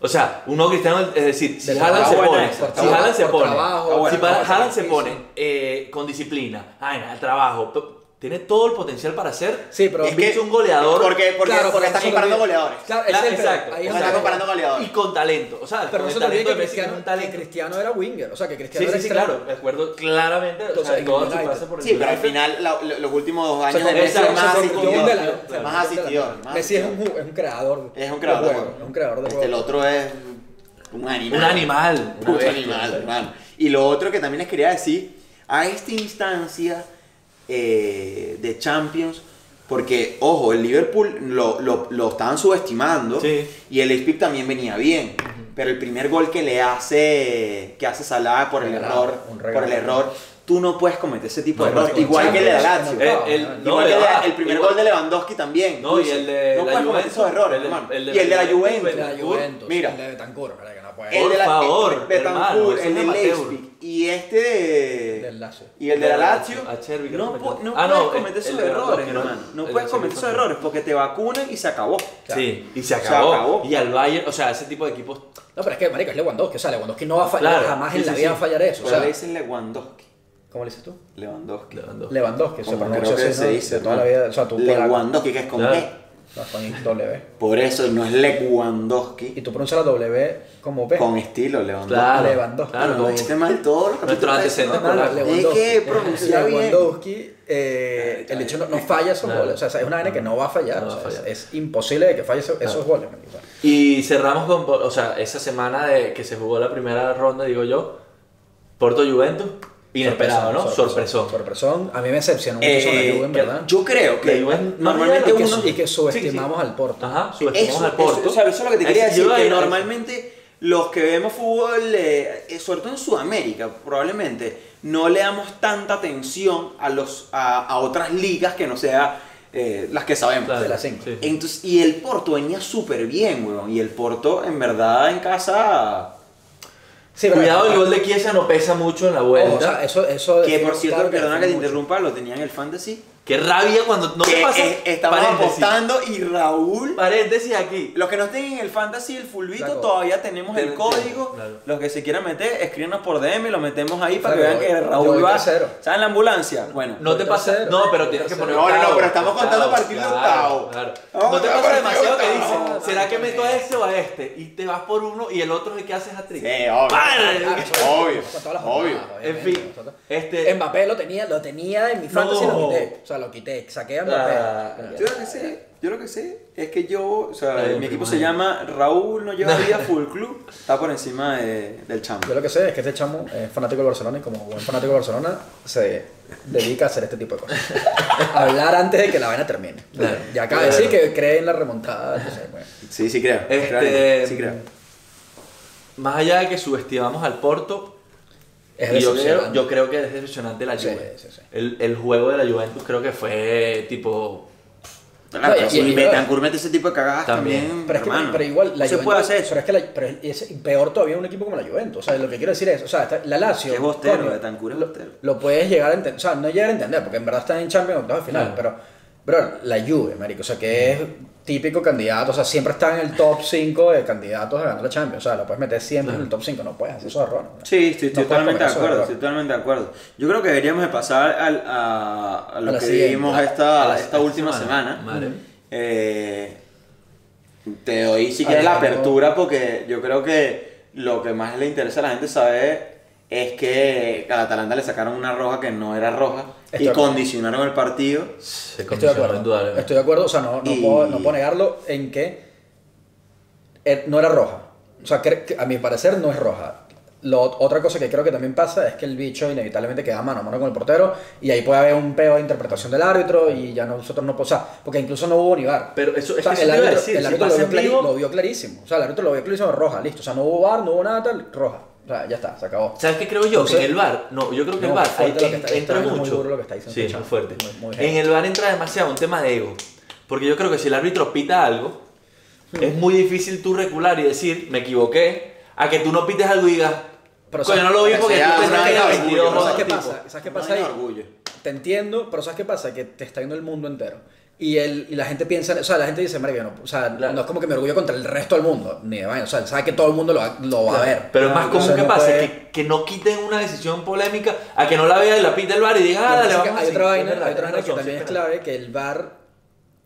Speaker 4: O sea, un nuevo Cristiano, es decir, si
Speaker 2: Del
Speaker 4: Haaland
Speaker 1: trabajo,
Speaker 4: se
Speaker 1: bueno,
Speaker 4: pone,
Speaker 1: por
Speaker 4: si
Speaker 1: trabajo,
Speaker 4: Haaland se
Speaker 2: por
Speaker 4: pone,
Speaker 2: trabajo,
Speaker 4: si
Speaker 1: bueno,
Speaker 4: para-
Speaker 2: por
Speaker 4: Haaland se
Speaker 2: sacrificio.
Speaker 4: pone eh, con disciplina, ay, nada, el trabajo, p- tiene todo el potencial para ser
Speaker 2: Sí, pero-
Speaker 4: un bicho, un goleadores.
Speaker 1: Porque, porque,
Speaker 2: Claro,
Speaker 1: porque
Speaker 2: pero
Speaker 1: estás
Speaker 2: eso
Speaker 1: comparando
Speaker 2: también-
Speaker 1: goleadores.
Speaker 2: Claro, ese es el peor.
Speaker 4: exacto.
Speaker 1: O
Speaker 2: Ahí es
Speaker 1: sea,
Speaker 2: donde-
Speaker 1: está comparando goleadores.
Speaker 4: y con talento, o sea,
Speaker 2: Pero
Speaker 4: con
Speaker 2: no se
Speaker 4: el
Speaker 2: te olvide
Speaker 4: talento
Speaker 2: que
Speaker 4: de Messi tiene
Speaker 2: Cristiano,
Speaker 4: un talento.
Speaker 2: que Cristiano era winger. O sea, que Cristiano
Speaker 4: Sí,
Speaker 2: era
Speaker 4: sí,
Speaker 2: extremo.
Speaker 4: claro, me acuerdo claramente, o
Speaker 2: Entonces,
Speaker 4: sea,
Speaker 2: en
Speaker 4: todo su
Speaker 2: United.
Speaker 4: pase por el
Speaker 1: Sí, pero al
Speaker 4: United.
Speaker 1: final la- lo- los últimos dos años
Speaker 2: Se
Speaker 1: de Messi
Speaker 2: convirtió-
Speaker 1: es más
Speaker 2: se convirtió en un
Speaker 1: asistidor. Más
Speaker 2: delantero, se convirtió en
Speaker 1: asistidor.
Speaker 2: delantero.
Speaker 1: más
Speaker 2: Messi es un,
Speaker 1: asistidor.
Speaker 2: ju- es un creador.
Speaker 1: Es un creador de
Speaker 2: juego,
Speaker 1: juego.
Speaker 2: Es un creador de
Speaker 1: Este, el
Speaker 2: juego.
Speaker 1: otro es un animal.
Speaker 4: Un animal.
Speaker 1: Un
Speaker 4: una bestia.
Speaker 1: animal, hermano. Y lo otro que también les quería decir, a esta instancia eh, de Champions. Porque, ojo, el Liverpool lo, lo- lo estaban subestimando.
Speaker 4: Sí.
Speaker 1: Y el Leipzig también venía bien. Pero el primer gol que le hace, que hace Salah por el
Speaker 2: Regalado,
Speaker 1: error,
Speaker 2: un
Speaker 1: por
Speaker 2: regalo.
Speaker 1: el error, tú no puedes cometer ese tipo de
Speaker 4: No,
Speaker 1: error.
Speaker 4: porque con
Speaker 1: Igual que el de la
Speaker 2: Champions,
Speaker 1: Lazio.
Speaker 2: eh,
Speaker 4: El, el- no,
Speaker 1: igual que el,
Speaker 4: ah,
Speaker 1: el primer
Speaker 4: igual-
Speaker 1: gol de Lewandowski también.
Speaker 4: No, y
Speaker 1: Dice,
Speaker 4: el de
Speaker 1: no
Speaker 4: la
Speaker 1: puedes cometer
Speaker 4: Juventus,
Speaker 1: esos errores,
Speaker 4: el de-
Speaker 1: hermano.
Speaker 4: el de
Speaker 1: y el de la
Speaker 4: la
Speaker 1: Juventus.
Speaker 4: Juventus.
Speaker 2: La Juventus,
Speaker 1: Mira.
Speaker 2: el de Betancourt, marico, no puede.
Speaker 1: El
Speaker 4: Por
Speaker 1: de la,
Speaker 4: favor,
Speaker 1: el de Betancourt,
Speaker 4: hermano, ese
Speaker 1: el de
Speaker 4: es amateur.
Speaker 1: Leipzig y este de...
Speaker 2: Del Lazio.
Speaker 1: Y el de la Lazio.
Speaker 4: Acerbi, creo
Speaker 1: no
Speaker 4: que
Speaker 1: pu-
Speaker 4: fue.
Speaker 1: no
Speaker 4: Ah,
Speaker 1: puedes
Speaker 4: no,
Speaker 1: cometer
Speaker 4: el-
Speaker 1: esos
Speaker 4: el de la-
Speaker 1: errores,
Speaker 4: que no,
Speaker 1: hermano. No
Speaker 4: el de
Speaker 1: puedes
Speaker 4: Acerbi
Speaker 1: cometer esos
Speaker 4: fue.
Speaker 1: errores porque te vacunan y se acabó.
Speaker 4: Sí, y se
Speaker 1: Se
Speaker 4: acabó.
Speaker 1: acabó.
Speaker 4: Y al Bayern, o sea, ese tipo de equipos.
Speaker 2: No, pero es que, marico, es Lewandowski. O sea, Lewandowski no va a fallar,
Speaker 4: Claro,
Speaker 2: jamás
Speaker 4: sí,
Speaker 2: en la
Speaker 4: sí,
Speaker 2: vida
Speaker 4: sí.
Speaker 2: va a fallar eso. O
Speaker 1: Pero
Speaker 2: sea,
Speaker 1: le dicen Lewandowski.
Speaker 2: ¿Cómo le dices tú?
Speaker 1: Lewandowski.
Speaker 4: Lewandowski.
Speaker 2: Lewandowski, o sea,
Speaker 1: Como
Speaker 2: pero no
Speaker 1: creo que
Speaker 2: sé si
Speaker 1: se
Speaker 2: no,
Speaker 1: dice.
Speaker 2: de toda la
Speaker 1: hermano.
Speaker 2: vida, o sea, tú
Speaker 1: Lewandowski, que es con
Speaker 4: Claro.
Speaker 1: G.
Speaker 2: No, con W.
Speaker 1: Por eso no es
Speaker 2: Y
Speaker 1: Lewandowski.
Speaker 2: tú pronuncias la W como B.
Speaker 1: Con estilo Lewandowski.
Speaker 4: Claro,
Speaker 2: Lewandowski.
Speaker 4: claro,
Speaker 1: No,
Speaker 4: como-
Speaker 1: este mal todo. lo que
Speaker 4: Nuestros
Speaker 1: tú
Speaker 4: antecedentes
Speaker 1: estás
Speaker 2: No,
Speaker 1: diciendo.
Speaker 2: no,
Speaker 4: Claro.
Speaker 2: Lewandowski.
Speaker 1: Es que pronuncia bien. Ah,
Speaker 2: Lewandowski, eh, el hecho no, no falla esos
Speaker 4: Claro.
Speaker 2: goles. O sea, es una vaina que no va a fallar.
Speaker 4: No va a
Speaker 2: o sea, es-
Speaker 4: fallar.
Speaker 2: Es, imposible de que falle eso- esos goles. marico.
Speaker 4: Y cerramos con, o sea, esa semana de que se jugó la primera ronda, digo yo, Porto Juventus, inesperado, ¿no? Sorpresón.
Speaker 2: Sorpresón. A mí me decepcionó mucho
Speaker 1: Eh,
Speaker 2: la Juve, en
Speaker 4: que-
Speaker 2: verdad.
Speaker 1: Yo creo
Speaker 4: La
Speaker 1: que
Speaker 4: Juventus-
Speaker 1: normalmente
Speaker 2: y, que,
Speaker 1: uno...
Speaker 2: y que subestimamos al Porto.
Speaker 4: Ajá, subestimamos
Speaker 1: Eso,
Speaker 4: al Porto.
Speaker 1: eso, o sea, eso es lo que te quería
Speaker 4: Ese- yo
Speaker 1: decir, que
Speaker 4: ahí-
Speaker 1: normalmente los que vemos fútbol, eh, eh, sobre todo en Sudamérica, probablemente, no le damos tanta atención a, los, a, a otras ligas que no sea eh, las que sabemos.
Speaker 4: Claro,
Speaker 2: de las cinco.
Speaker 4: sí.
Speaker 1: Entonces, y el Porto venía súper bien, weón. Y el Porto, en verdad, en casa...
Speaker 2: Sí, pero-
Speaker 4: Cuidado, el gol de Chiesa no pesa mucho en la
Speaker 2: Ojo,
Speaker 4: vuelta.
Speaker 2: o sea, eso, eso
Speaker 1: Que, por cierto,
Speaker 2: claro
Speaker 1: perdona que te
Speaker 2: mucho.
Speaker 1: interrumpa, lo tenía en el fantasy.
Speaker 4: Qué rabia cuando no
Speaker 1: que
Speaker 4: te pasa.
Speaker 1: eh, estamos
Speaker 4: Paréntesis.
Speaker 1: apostando y Raúl...
Speaker 4: Paréntesis aquí.
Speaker 1: Los que no estén en el fantasy, el fulbito,
Speaker 2: Claro.
Speaker 1: todavía tenemos el
Speaker 4: Claro,
Speaker 1: código.
Speaker 4: claro.
Speaker 1: Los que se quieran meter, escríbanos por DM y lo metemos ahí para que
Speaker 2: Claro,
Speaker 1: vean que
Speaker 2: yo voy
Speaker 1: Raúl va.
Speaker 2: tercero.
Speaker 1: ¿Sabes en la ambulancia? Bueno. pues,
Speaker 4: No te
Speaker 2: Voy
Speaker 4: pasa.
Speaker 2: tercero,
Speaker 4: no, pero
Speaker 2: voy
Speaker 4: tienes que
Speaker 2: tercero.
Speaker 4: poner.
Speaker 1: No, no, no,
Speaker 4: octavo,
Speaker 1: pero estamos contando partido de octavo.
Speaker 4: claro.
Speaker 1: Vamos
Speaker 4: No te
Speaker 1: a
Speaker 4: pasa
Speaker 1: contar partido
Speaker 4: demasiado que
Speaker 1: de
Speaker 4: dices,
Speaker 1: octavo.
Speaker 4: ¿será que meto a este o a este? Y te vas por uno y el otro es el que haces a
Speaker 1: Sí,
Speaker 4: trick.
Speaker 1: eh, obvio.
Speaker 2: Ah,
Speaker 4: Padre.
Speaker 2: Claro, eso-
Speaker 1: Obvio,
Speaker 2: eso con todas las
Speaker 1: obvio.
Speaker 2: jornadas,
Speaker 4: En
Speaker 2: obviamente,
Speaker 4: fin,
Speaker 2: con todas-
Speaker 4: este.
Speaker 2: Mbappé lo tenía, lo tenía en mi fantasy
Speaker 4: No.
Speaker 2: lo quité. O sea, lo quité, saqué a Mbappé.
Speaker 4: Ah,
Speaker 1: Yo lo que sé, yo lo que sé es que yo, o sea,
Speaker 4: Ay,
Speaker 1: mi
Speaker 4: mi
Speaker 1: equipo
Speaker 4: madre.
Speaker 1: se llama Raúl No Lleva Vida Full Club, está por encima de- del chamo.
Speaker 2: Yo lo que sé es que este chamo es fanático del Barcelona y como buen fanático del Barcelona se dedica a hacer este tipo de cosas. Hablar antes de que la vaina termine.
Speaker 4: Claro.
Speaker 2: Y acaba de decir que cree en la remontada. entonces, bueno.
Speaker 1: Sí, sí creo.
Speaker 4: Este-
Speaker 1: Claro, sí creo.
Speaker 4: Más allá de que subestimamos al Porto,
Speaker 2: Es
Speaker 4: y yo, creo,
Speaker 2: decepcionante.
Speaker 4: yo creo que es decepcionante la
Speaker 2: Sí,
Speaker 4: Juve.
Speaker 2: sí, sí.
Speaker 4: El, el juego de la Juventus creo que fue tipo.
Speaker 1: Claro, pero
Speaker 2: y-
Speaker 1: si
Speaker 2: y-
Speaker 1: Betancur mete ese tipo de cagadas
Speaker 4: También.
Speaker 1: también,
Speaker 2: Pero, es que,
Speaker 1: hermano.
Speaker 2: pero igual,
Speaker 1: no
Speaker 2: la
Speaker 1: se
Speaker 2: Juventus-
Speaker 1: puede hacer eso.
Speaker 2: Pero es que la- pero es peor todavía un equipo como la Juventus. O sea, lo que quiero decir es, o sea, está- la Lazio.
Speaker 1: Es bostero,
Speaker 2: coño,
Speaker 1: Betancur es
Speaker 2: lo,
Speaker 1: bostero.
Speaker 2: lo puedes llegar a entender. O sea, no llegar a entender, porque en verdad están en Champions octavos de final. Pero, bro, la Juve, marico. O sea, que es típico candidato. O sea, siempre está en el top 5 de candidatos a ganar la Champions. O sea, lo puedes meter siempre en el top 5. No puedes hacer esos errores. ¿no?
Speaker 1: Sí, estoy, estoy
Speaker 2: No puedes
Speaker 1: totalmente
Speaker 2: cometer
Speaker 1: de
Speaker 2: esos
Speaker 1: acuerdo,
Speaker 2: errores.
Speaker 1: estoy totalmente de acuerdo. Yo creo que deberíamos de pasar al- a, a lo
Speaker 2: A la
Speaker 1: que
Speaker 2: siguiente,
Speaker 1: vimos
Speaker 2: a-
Speaker 1: esta,
Speaker 4: a la-
Speaker 1: esta
Speaker 4: esta
Speaker 1: última semana.
Speaker 4: semana. Madre.
Speaker 1: Eh, te doy si quieres la
Speaker 2: Alejandro.
Speaker 1: apertura porque yo creo que lo que más le interesa a la gente saber es que al Atalanta le sacaron una roja que no era roja
Speaker 2: Estoy
Speaker 1: y
Speaker 2: de acuerdo.
Speaker 1: condicionaron el partido.
Speaker 4: Se
Speaker 2: Estoy de
Speaker 4: condicionó
Speaker 2: acuerdo.
Speaker 4: indudablemente.
Speaker 2: Estoy de acuerdo, o sea, no, no,
Speaker 1: Y-
Speaker 2: puedo, no puedo negarlo en que eh, no era roja. O sea, cre- que a mi parecer no es roja. Lo, otra cosa que creo que también pasa es que el bicho inevitablemente queda mano a mano con el portero y ahí puede haber un peo de interpretación del árbitro y ya nosotros no podemos. porque incluso no hubo ni bar.
Speaker 4: Pero eso- es
Speaker 2: O sea,
Speaker 4: que eso
Speaker 2: el
Speaker 4: te iba a
Speaker 2: árbitro,
Speaker 4: decir,
Speaker 2: el
Speaker 4: si
Speaker 2: árbitro
Speaker 4: pasa
Speaker 2: lo,
Speaker 4: en
Speaker 2: vio clari-
Speaker 4: vivo-
Speaker 2: lo vio clarísimo. O sea, el árbitro lo vio clarísimo, roja, listo. O sea, no hubo bar, no hubo nada tal, roja. O sea, ya está, se acabó.
Speaker 4: ¿Sabes qué creo yo? Que
Speaker 2: Entonces-
Speaker 4: en el bar, no, yo creo que
Speaker 2: No,
Speaker 4: el bar
Speaker 2: fuerte
Speaker 4: ahí
Speaker 2: lo que está-
Speaker 4: entra
Speaker 2: está muy
Speaker 4: mucho.
Speaker 2: duro lo que está diciendo
Speaker 4: sí, es
Speaker 2: Chavo.
Speaker 4: muy fuerte.
Speaker 2: Muy- muy heavy.
Speaker 4: en el bar entra demasiado un tema de ego. Porque yo creo que si el árbitro pita algo,
Speaker 2: Hmm.
Speaker 4: es muy difícil tú recular y decir, me equivoqué, a que tú no pites algo y digas,
Speaker 2: Pero
Speaker 4: coño,
Speaker 2: ¿sabes-
Speaker 4: no lo vi
Speaker 1: pero
Speaker 4: porque
Speaker 1: sea
Speaker 4: tú
Speaker 1: una
Speaker 4: pensás que
Speaker 1: vaina
Speaker 4: era
Speaker 1: de orgullo,
Speaker 4: 22
Speaker 1: pero
Speaker 2: ¿Sabes
Speaker 1: ¿sabes
Speaker 2: qué
Speaker 1: tipo?
Speaker 2: pasa? ¿Sabes qué
Speaker 1: No
Speaker 2: pasa
Speaker 1: hay
Speaker 2: ahí?
Speaker 1: orgullo.
Speaker 2: Te entiendo, pero ¿sabes qué pasa? Que te está yendo el mundo entero. Y, el, y la gente piensa, o sea, la gente dice, marico, no, o sea,
Speaker 4: Claro.
Speaker 2: no es como que me orgullo contra el resto del mundo, ni de vaina, o sea, sabe que todo el mundo lo va, lo va a ver.
Speaker 4: Pero es más común
Speaker 2: Entonces,
Speaker 4: que
Speaker 2: no
Speaker 4: pase
Speaker 2: puede-
Speaker 4: que, que no quiten una decisión polémica a que no la vea y la pite el bar y diga, ah,
Speaker 2: Lo que
Speaker 4: dale,
Speaker 2: pasa es que
Speaker 4: vamos a
Speaker 2: hay otra
Speaker 4: seguir".
Speaker 2: vaina,
Speaker 4: Es verdad,
Speaker 2: hay otra
Speaker 4: tienes
Speaker 2: vaina que
Speaker 4: razón,
Speaker 2: también
Speaker 4: sí,
Speaker 2: es
Speaker 4: verdad.
Speaker 2: clave, que el VAR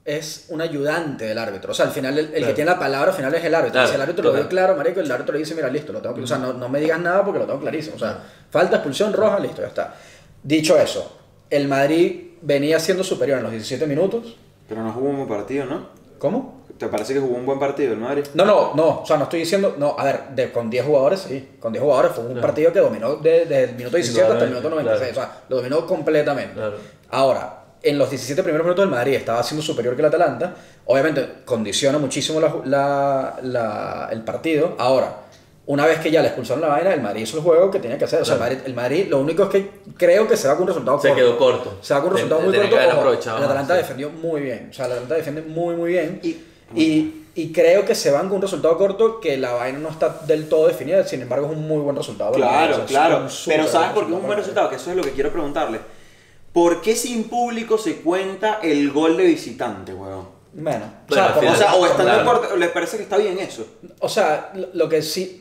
Speaker 2: es un ayudante del árbitro. O sea, al final el, el que
Speaker 4: Claro.
Speaker 2: tiene la palabra al final es el árbitro.
Speaker 4: Claro,
Speaker 2: si el árbitro lo
Speaker 4: total.
Speaker 2: ve claro, marico, el árbitro le dice, mira, listo, lo tengo que- O sea, no, no me digas nada porque lo tengo clarísimo. O sea, falta expulsión roja, listo, ya está. Dicho eso, el Madrid venía siendo superior en los 17 minutos.
Speaker 1: Pero no jugó un buen partido, ¿no?
Speaker 2: ¿Cómo?
Speaker 1: ¿Te parece que jugó un buen partido el Madrid?
Speaker 2: No, no, no. O sea, no estoy diciendo. No, a ver, de- con 10 jugadores, sí. Con 10 jugadores fue un
Speaker 4: Claro.
Speaker 2: partido que dominó de- desde el minuto 17 hasta el minuto
Speaker 4: Indudablemente,
Speaker 2: 96. O sea, lo dominó completamente.
Speaker 4: Claro.
Speaker 2: Ahora, en los 17 primeros minutos del Madrid estaba siendo superior que el Atalanta. Obviamente, condiciona muchísimo la ju- la- la- el partido. Ahora, una vez que ya le expulsaron la vaina, el Madrid hizo el juego que tenía que hacer. O sea,
Speaker 4: Claro.
Speaker 2: el, Madrid, el Madrid lo único es que creo que se va con un resultado
Speaker 4: Se
Speaker 2: corto.
Speaker 4: quedó corto.
Speaker 2: Se va con un resultado
Speaker 4: Ten-
Speaker 2: muy
Speaker 4: tenía
Speaker 2: corto.
Speaker 4: que haber
Speaker 2: Ojo,
Speaker 4: aprovechado
Speaker 2: el
Speaker 4: más,
Speaker 2: Atalanta
Speaker 4: sí.
Speaker 2: defendió muy bien. O sea, el Atalanta defiende muy, muy bien.
Speaker 1: Y-
Speaker 2: Y, y creo que se van con un resultado corto que la vaina no está del todo definida. Sin embargo, es un muy buen resultado. para el Madrid. O
Speaker 1: Claro,
Speaker 2: sea, es
Speaker 1: claro.
Speaker 2: un súper
Speaker 1: Pero ¿sabes por qué es un
Speaker 2: resultado
Speaker 1: buen
Speaker 2: para el
Speaker 1: resultado? Que eso es lo que quiero preguntarle. ¿Por qué sin público se cuenta el gol de visitante, weón?
Speaker 2: Madrid. Bueno,
Speaker 4: Bueno, al
Speaker 1: O
Speaker 4: final-
Speaker 1: sea, o están de
Speaker 4: Claro.
Speaker 1: acuerdo, les parece que está bien eso.
Speaker 2: O sea, lo- lo que sí.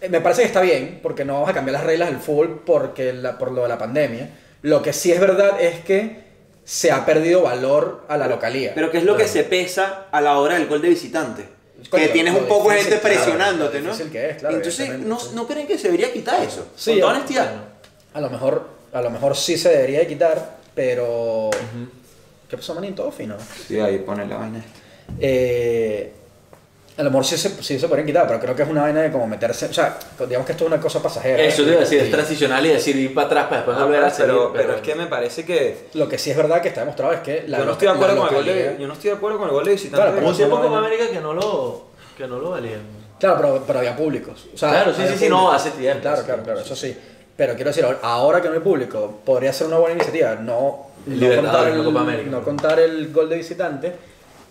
Speaker 2: eh, Me parece que está bien, porque no vamos a cambiar las reglas del fútbol porque la- por lo de la pandemia. Lo que sí es verdad es que se ha perdido valor a la localía.
Speaker 1: Pero ¿qué es lo que
Speaker 4: Claro.
Speaker 1: se pesa a la hora del gol de visitante?
Speaker 2: Coño,
Speaker 1: que tienes
Speaker 2: lo
Speaker 1: un poco de
Speaker 2: difícil,
Speaker 1: gente
Speaker 2: claro,
Speaker 1: presionándote,
Speaker 2: lo
Speaker 1: ¿no?
Speaker 2: difícil que es, claro,
Speaker 1: Entonces, ¿no,
Speaker 2: evidentemente, sí.
Speaker 1: ¿no creen que se debería quitar eso?
Speaker 2: Sí,
Speaker 1: Con toda
Speaker 2: eh,
Speaker 1: honestidad.
Speaker 2: A lo mejor, a lo mejor sí se debería de quitar, pero. ¿Qué pasó, Manin? Todo fino.
Speaker 1: Sí, ahí pone la vaina.
Speaker 2: Eh, a lo mejor sí se, sí se podrían quitar, pero creo que es una vaina de como meterse. O sea, digamos que esto es una cosa pasajera.
Speaker 4: Eso te
Speaker 2: ¿eh?
Speaker 4: iba a decir, es
Speaker 2: Y
Speaker 4: transicional y decir ir para atrás para después volver a seguir.
Speaker 5: pero, pero es que me parece que.
Speaker 2: Lo que sí es verdad que está demostrado es que la
Speaker 5: yo, no estoy de
Speaker 2: loca- la
Speaker 5: acuerdo con el gol
Speaker 2: localidad-
Speaker 5: de, yo no estoy de acuerdo con el gol de visitante.
Speaker 2: Claro, pero
Speaker 4: Hubo un
Speaker 2: eso
Speaker 4: tiempo
Speaker 2: no
Speaker 4: Copa
Speaker 2: es-
Speaker 4: América que no lo, que no lo valían.
Speaker 2: Claro, pero, pero había públicos. O sea,
Speaker 4: Claro, sí,
Speaker 2: había
Speaker 4: sí, sí, no,
Speaker 2: público.
Speaker 4: hace tiempo,
Speaker 2: Claro,
Speaker 4: hace
Speaker 2: claro,
Speaker 4: tiempo,
Speaker 2: claro,
Speaker 4: sí.
Speaker 2: eso sí. Pero quiero decir, ahora- ahora que no hay público, podría ser una buena iniciativa no, no,
Speaker 4: Libertadores,
Speaker 2: contar el,
Speaker 4: no Copa América.
Speaker 2: no contar el gol de visitante,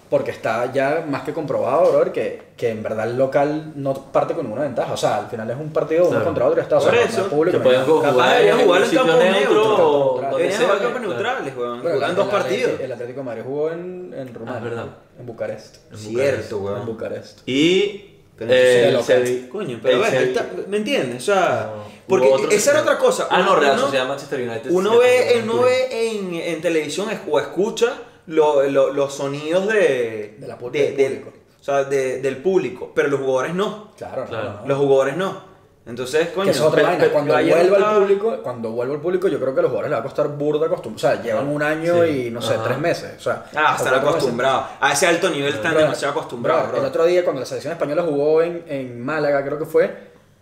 Speaker 2: porque está ya más que comprobado, brother, que, que en verdad el local no parte con ninguna ventaja. O sea, al final es un partido uno
Speaker 4: Claro.
Speaker 2: contra otro y está. O sea,
Speaker 1: Por
Speaker 2: no hay
Speaker 1: eso,
Speaker 2: público,
Speaker 4: Que
Speaker 2: no hay
Speaker 4: pueden
Speaker 2: nada.
Speaker 4: jugar
Speaker 1: Capaz deberían jugar en
Speaker 4: sitio
Speaker 1: campo neutro.
Speaker 4: o donde
Speaker 1: Deberían
Speaker 4: sea,
Speaker 1: jugar
Speaker 4: claro.
Speaker 1: campos neutrales, weón.
Speaker 2: Bueno,
Speaker 1: Jugaban
Speaker 2: el-
Speaker 1: dos
Speaker 2: el-
Speaker 1: partidos.
Speaker 2: El Atlético de Madrid jugó en, en Rumania,
Speaker 4: Ah, es verdad.
Speaker 2: en Bucarest.
Speaker 4: En
Speaker 1: Cierto,
Speaker 2: En
Speaker 1: weón.
Speaker 2: Bucarest.
Speaker 4: Y.
Speaker 1: Pero
Speaker 2: entonces
Speaker 4: eh, el
Speaker 2: era local.
Speaker 4: Sevilla-
Speaker 1: Coño, pero
Speaker 4: el
Speaker 1: ves,
Speaker 4: Sevilla-
Speaker 1: está- ¿me entiendes? O sea,
Speaker 4: No,
Speaker 1: porque
Speaker 4: hubo otro
Speaker 1: esa era
Speaker 4: Sevilla.
Speaker 1: otra cosa.
Speaker 4: Ah, no,
Speaker 1: Uno-
Speaker 4: Real
Speaker 1: uno-
Speaker 4: Sociedad Manchester
Speaker 2: este
Speaker 4: United.
Speaker 1: Uno
Speaker 4: sí,
Speaker 1: ve,
Speaker 4: también,
Speaker 1: uno ve en, en televisión es- o escucha lo- lo- los sonidos de,
Speaker 2: De la pu-
Speaker 1: de-
Speaker 2: del
Speaker 1: del-
Speaker 2: público.
Speaker 1: o sea, de- del público, pero los jugadores no.
Speaker 2: Claro, no,
Speaker 4: Claro.
Speaker 2: no, no.
Speaker 1: Los jugadores no. Entonces,
Speaker 2: Que
Speaker 1: coño,
Speaker 2: esa es otra
Speaker 1: pe-
Speaker 2: vaina.
Speaker 1: pe-
Speaker 2: Cuando
Speaker 1: ayer
Speaker 2: vuelva el
Speaker 1: estaba-
Speaker 2: público, cuando vuelva el público, yo creo que a los jugadores les va a costar burda acostumbrarse. O sea, llevan un año
Speaker 4: Sí.
Speaker 2: y no sé,
Speaker 4: Ajá.
Speaker 2: tres meses. O sea,
Speaker 1: Ah,
Speaker 2: o
Speaker 1: están
Speaker 2: cuatro meses.
Speaker 1: acostumbrados. A ese alto nivel están
Speaker 2: Brother,
Speaker 1: demasiado acostumbrados,
Speaker 2: brother, El
Speaker 1: bro.
Speaker 2: otro día, cuando la selección española jugó en, en Málaga, creo que fue,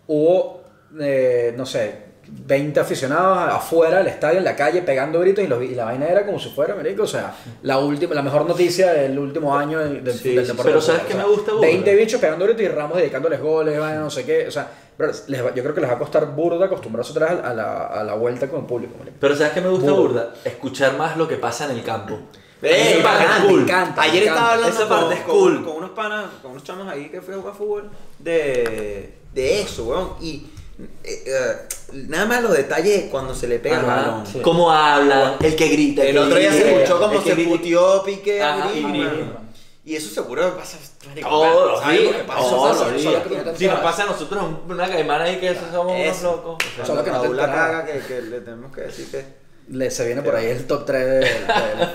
Speaker 2: hubo, eh, no sé, 20 aficionados afuera del estadio, en la calle, pegando gritos y, los- y la vaina era como si fuera, marico. O sea, la, última, la mejor noticia del último año del, del-
Speaker 4: Sí,
Speaker 2: del
Speaker 4: sí,
Speaker 2: deporte.
Speaker 4: pero
Speaker 2: del
Speaker 4: ¿sabes
Speaker 2: fútbol,
Speaker 4: qué
Speaker 2: o sea,
Speaker 4: me gusta, bro?
Speaker 2: 20 bichos pegando gritos y Ramos dedicándoles goles, vaina, no sé qué. O sea, bro, les va- yo creo que les va a costar burda acostumbrarse otra vez a la, a la vuelta con el público, marico.
Speaker 4: Pero ¿sabes qué me gusta,
Speaker 2: Burda.
Speaker 4: Burda? Escuchar más lo que pasa en el campo.
Speaker 1: Eh,
Speaker 4: Esa parte
Speaker 1: bacán,
Speaker 4: es cool.
Speaker 2: me encanta.
Speaker 1: Ayer
Speaker 2: me
Speaker 1: estaba
Speaker 2: encanta.
Speaker 1: hablando
Speaker 4: Esa parte
Speaker 1: con,
Speaker 4: es
Speaker 1: con-
Speaker 4: cool.
Speaker 1: con unos panas, con unos chamos ahí que fui a jugar fútbol de, de eso, weón. Y eh, eh, nada más los detalles de cuando se le pega el
Speaker 4: Ajá.
Speaker 1: balón.
Speaker 2: sí.
Speaker 4: ¿Cómo hablan? El que grita.
Speaker 1: El otro día se
Speaker 4: grita,
Speaker 1: escuchó
Speaker 4: el
Speaker 1: como
Speaker 4: que
Speaker 1: se
Speaker 4: grita.
Speaker 1: puteó Piqué a
Speaker 4: Ajá,
Speaker 1: Griezmann.
Speaker 4: y Griezmann.
Speaker 1: Y eso seguro me pasa marico,
Speaker 4: Todos los
Speaker 1: ¿sabes lo
Speaker 4: días,
Speaker 1: que pasa?
Speaker 2: Eso
Speaker 4: todos
Speaker 2: pasa,
Speaker 4: los
Speaker 2: eso
Speaker 4: días.
Speaker 2: es lo que no
Speaker 4: Si nos
Speaker 2: te-
Speaker 4: pasa a nosotros una caimana ahí que esos somos unos
Speaker 1: Eso.
Speaker 4: locos. O sea,
Speaker 2: Solo que no te
Speaker 1: Raúl la
Speaker 2: enteras.
Speaker 1: caga, que, que le tenemos que decir que...
Speaker 2: Le, se viene por ahí el top 3 del, del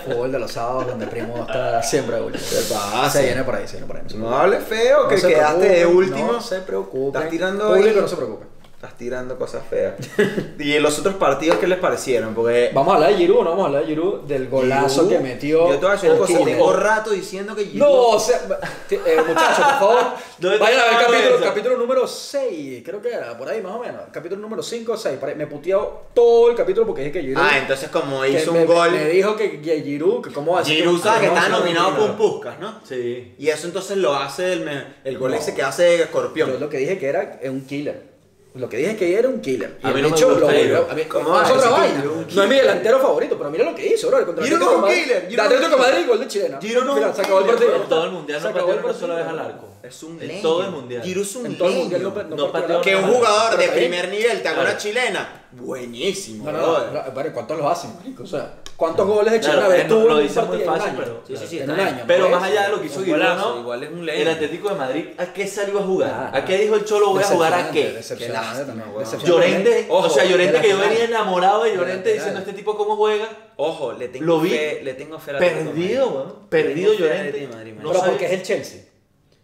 Speaker 2: fútbol de los sábados, donde Primo
Speaker 1: Ah,
Speaker 2: está siempre de último.
Speaker 1: pasa?
Speaker 2: Se viene por ahí, se viene por ahí. se
Speaker 1: No hables feo, que
Speaker 2: No se
Speaker 1: quedaste de
Speaker 2: preocupen,
Speaker 1: último.
Speaker 2: No se preocupen.
Speaker 1: Estás tirando
Speaker 2: Público,
Speaker 1: ahí.
Speaker 2: no se preocupen.
Speaker 1: Estás tirando cosas feas. ¿Y los otros partidos qué les parecieron? Porque
Speaker 2: Vamos a hablar de Giroud, no vamos a hablar de Giroud, del golazo
Speaker 1: Giroud,
Speaker 2: que metió.
Speaker 1: Yo te voy a decir una cosa,
Speaker 2: Coutinho.
Speaker 1: tengo rato diciendo que
Speaker 2: No,
Speaker 1: Giroud-
Speaker 2: o sea, t- eh, muchachos, por favor,
Speaker 4: ¿Dónde está
Speaker 2: vayan a ver
Speaker 4: la
Speaker 2: el capítulo,
Speaker 4: vergüenza?
Speaker 2: capítulo número 6, creo que era, por ahí más o menos. Capítulo número 5 o 6, por ahí. me he puteado todo el capítulo porque dije que Giroud...
Speaker 1: Ah, entonces como
Speaker 2: que
Speaker 1: hizo
Speaker 2: me,
Speaker 1: un gol.
Speaker 2: Me dijo que, que Giroud, que cómo va a ser
Speaker 1: Giroud sabe que
Speaker 2: no,
Speaker 1: estaba
Speaker 2: no, no,
Speaker 1: nominado
Speaker 2: no.
Speaker 1: por un Puskas, ¿no?
Speaker 4: Sí.
Speaker 1: Y eso entonces lo hace el, me- el gol
Speaker 2: No.
Speaker 1: ese que hace
Speaker 2: Yo
Speaker 1: Escorpión.
Speaker 2: lo que dije que era eh, un killer. Lo que dije que era un killer. Y
Speaker 4: A mí
Speaker 2: el
Speaker 4: no me
Speaker 2: bicho
Speaker 4: gusta
Speaker 2: lo volvió-
Speaker 4: Giroud.
Speaker 2: a mí-
Speaker 1: ¿Cómo
Speaker 2: no,
Speaker 1: vas a
Speaker 2: es otra
Speaker 1: decir que
Speaker 2: vaina.
Speaker 1: Giroud es un
Speaker 2: No es mi
Speaker 1: killer?
Speaker 2: delantero favorito, pero mira lo que hizo, bro. Contra el
Speaker 1: Giroud
Speaker 2: Atlético
Speaker 1: no es un
Speaker 2: de Madrid.
Speaker 1: killer, Giroud
Speaker 2: De
Speaker 1: no es
Speaker 2: Atlético de
Speaker 1: un
Speaker 2: Madrid, gol de Chilena.
Speaker 1: Giroud no es
Speaker 2: Mira,
Speaker 1: un
Speaker 2: se acabó el
Speaker 1: killer,
Speaker 2: partido.
Speaker 1: bro.
Speaker 4: En todo el mundial
Speaker 2: Se
Speaker 4: no
Speaker 2: acabó
Speaker 4: patearon
Speaker 2: el
Speaker 4: una sola vez al
Speaker 2: partido.
Speaker 4: arco.
Speaker 1: Es un
Speaker 4: En
Speaker 1: leño.
Speaker 4: todo el mundial.
Speaker 1: Giroud es un
Speaker 2: En todo el
Speaker 1: leño.
Speaker 2: mundial no pa-
Speaker 4: No
Speaker 2: pateó
Speaker 4: pateó
Speaker 2: nada.
Speaker 1: Que un jugador de
Speaker 2: Pero también-
Speaker 1: primer nivel te haga una
Speaker 4: Claro.
Speaker 1: chilena. Buenísimo,
Speaker 2: No, no,
Speaker 1: brother.
Speaker 2: no, no, pero ¿cuántos los hacen, marico? O sea, ¿cuántos goles de
Speaker 4: Claro,
Speaker 2: Chilena ves
Speaker 4: no,
Speaker 2: tú
Speaker 4: lo
Speaker 2: en un
Speaker 4: dice muy
Speaker 2: partido en un
Speaker 4: fácil,
Speaker 2: año?
Speaker 4: pero-
Speaker 1: Sí, sí, sí,
Speaker 2: En
Speaker 1: está
Speaker 2: un
Speaker 1: bien.
Speaker 2: año,
Speaker 4: Pero
Speaker 2: ¿no?
Speaker 4: más allá de lo que hizo
Speaker 1: Un
Speaker 4: Giroud,
Speaker 1: golazo,
Speaker 4: ¿no?
Speaker 1: igual es un ley.
Speaker 4: El Atlético de Madrid, ¿a qué salió a
Speaker 2: Ah,
Speaker 4: jugar? ¿A qué dijo el Cholo voy a jugar a qué?
Speaker 2: Decepcionante
Speaker 1: Qué
Speaker 2: también,
Speaker 1: lástima,
Speaker 2: decepcionante.
Speaker 4: Llorente,
Speaker 1: Ojo,
Speaker 4: o sea,
Speaker 2: de
Speaker 4: Llorente
Speaker 2: la
Speaker 4: que yo venía
Speaker 2: final.
Speaker 4: enamorado de
Speaker 2: De la
Speaker 4: Llorente diciendo
Speaker 2: final.
Speaker 4: este tipo cómo juega.
Speaker 1: Ojo, le tengo
Speaker 4: Lo vi
Speaker 1: fe, le tengo fe al Atlético de Madrid.
Speaker 4: Perdido, weón. Perdido
Speaker 1: Le tengo fe al
Speaker 4: Llorente.
Speaker 1: Atlético de Madrid,
Speaker 4: No
Speaker 1: marico.
Speaker 2: Pero
Speaker 4: sabía-
Speaker 2: porque es el Chelsea.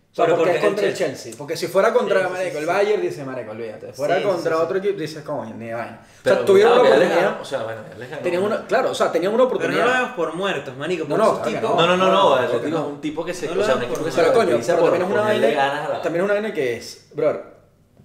Speaker 2: O sea,
Speaker 4: Pero
Speaker 2: porque
Speaker 4: porque
Speaker 2: es contra
Speaker 4: el
Speaker 2: el Chelsea. Porque si fuera contra
Speaker 4: Sí, sí,
Speaker 2: Marico,
Speaker 4: sí,
Speaker 2: el
Speaker 4: sí.
Speaker 2: Bayern, dice Marico, olvídate. Fuera
Speaker 4: Sí, sí,
Speaker 2: contra
Speaker 4: sí, sí.
Speaker 2: otro equipo, dices, coño, ni vaina.
Speaker 4: Pero
Speaker 2: o sea, tuvieron una
Speaker 4: cuidado, ya les
Speaker 2: oportunidad.
Speaker 4: ganó. O sea, bueno, ya les ganó.
Speaker 2: tenían una, claro, o sea, tenían una
Speaker 1: Pero no lo
Speaker 2: oportunidad.
Speaker 1: vemos por muertos, marico.
Speaker 2: No,
Speaker 1: No,
Speaker 2: no,
Speaker 1: no,
Speaker 2: claro que
Speaker 1: tipo,
Speaker 4: No, no, no, no,
Speaker 2: No,
Speaker 4: el
Speaker 2: porque
Speaker 4: tipo es
Speaker 2: no.
Speaker 4: un tipo que se.
Speaker 1: No
Speaker 4: o
Speaker 1: lo
Speaker 4: sea, un
Speaker 1: hagas
Speaker 4: equipo
Speaker 1: por
Speaker 4: que se
Speaker 1: nada.
Speaker 2: pero coño,
Speaker 4: caracteriza
Speaker 2: pero
Speaker 4: por
Speaker 2: también es una
Speaker 4: ponerle
Speaker 2: vaina,
Speaker 4: ganas a la-
Speaker 2: también es una vaina que es, brother,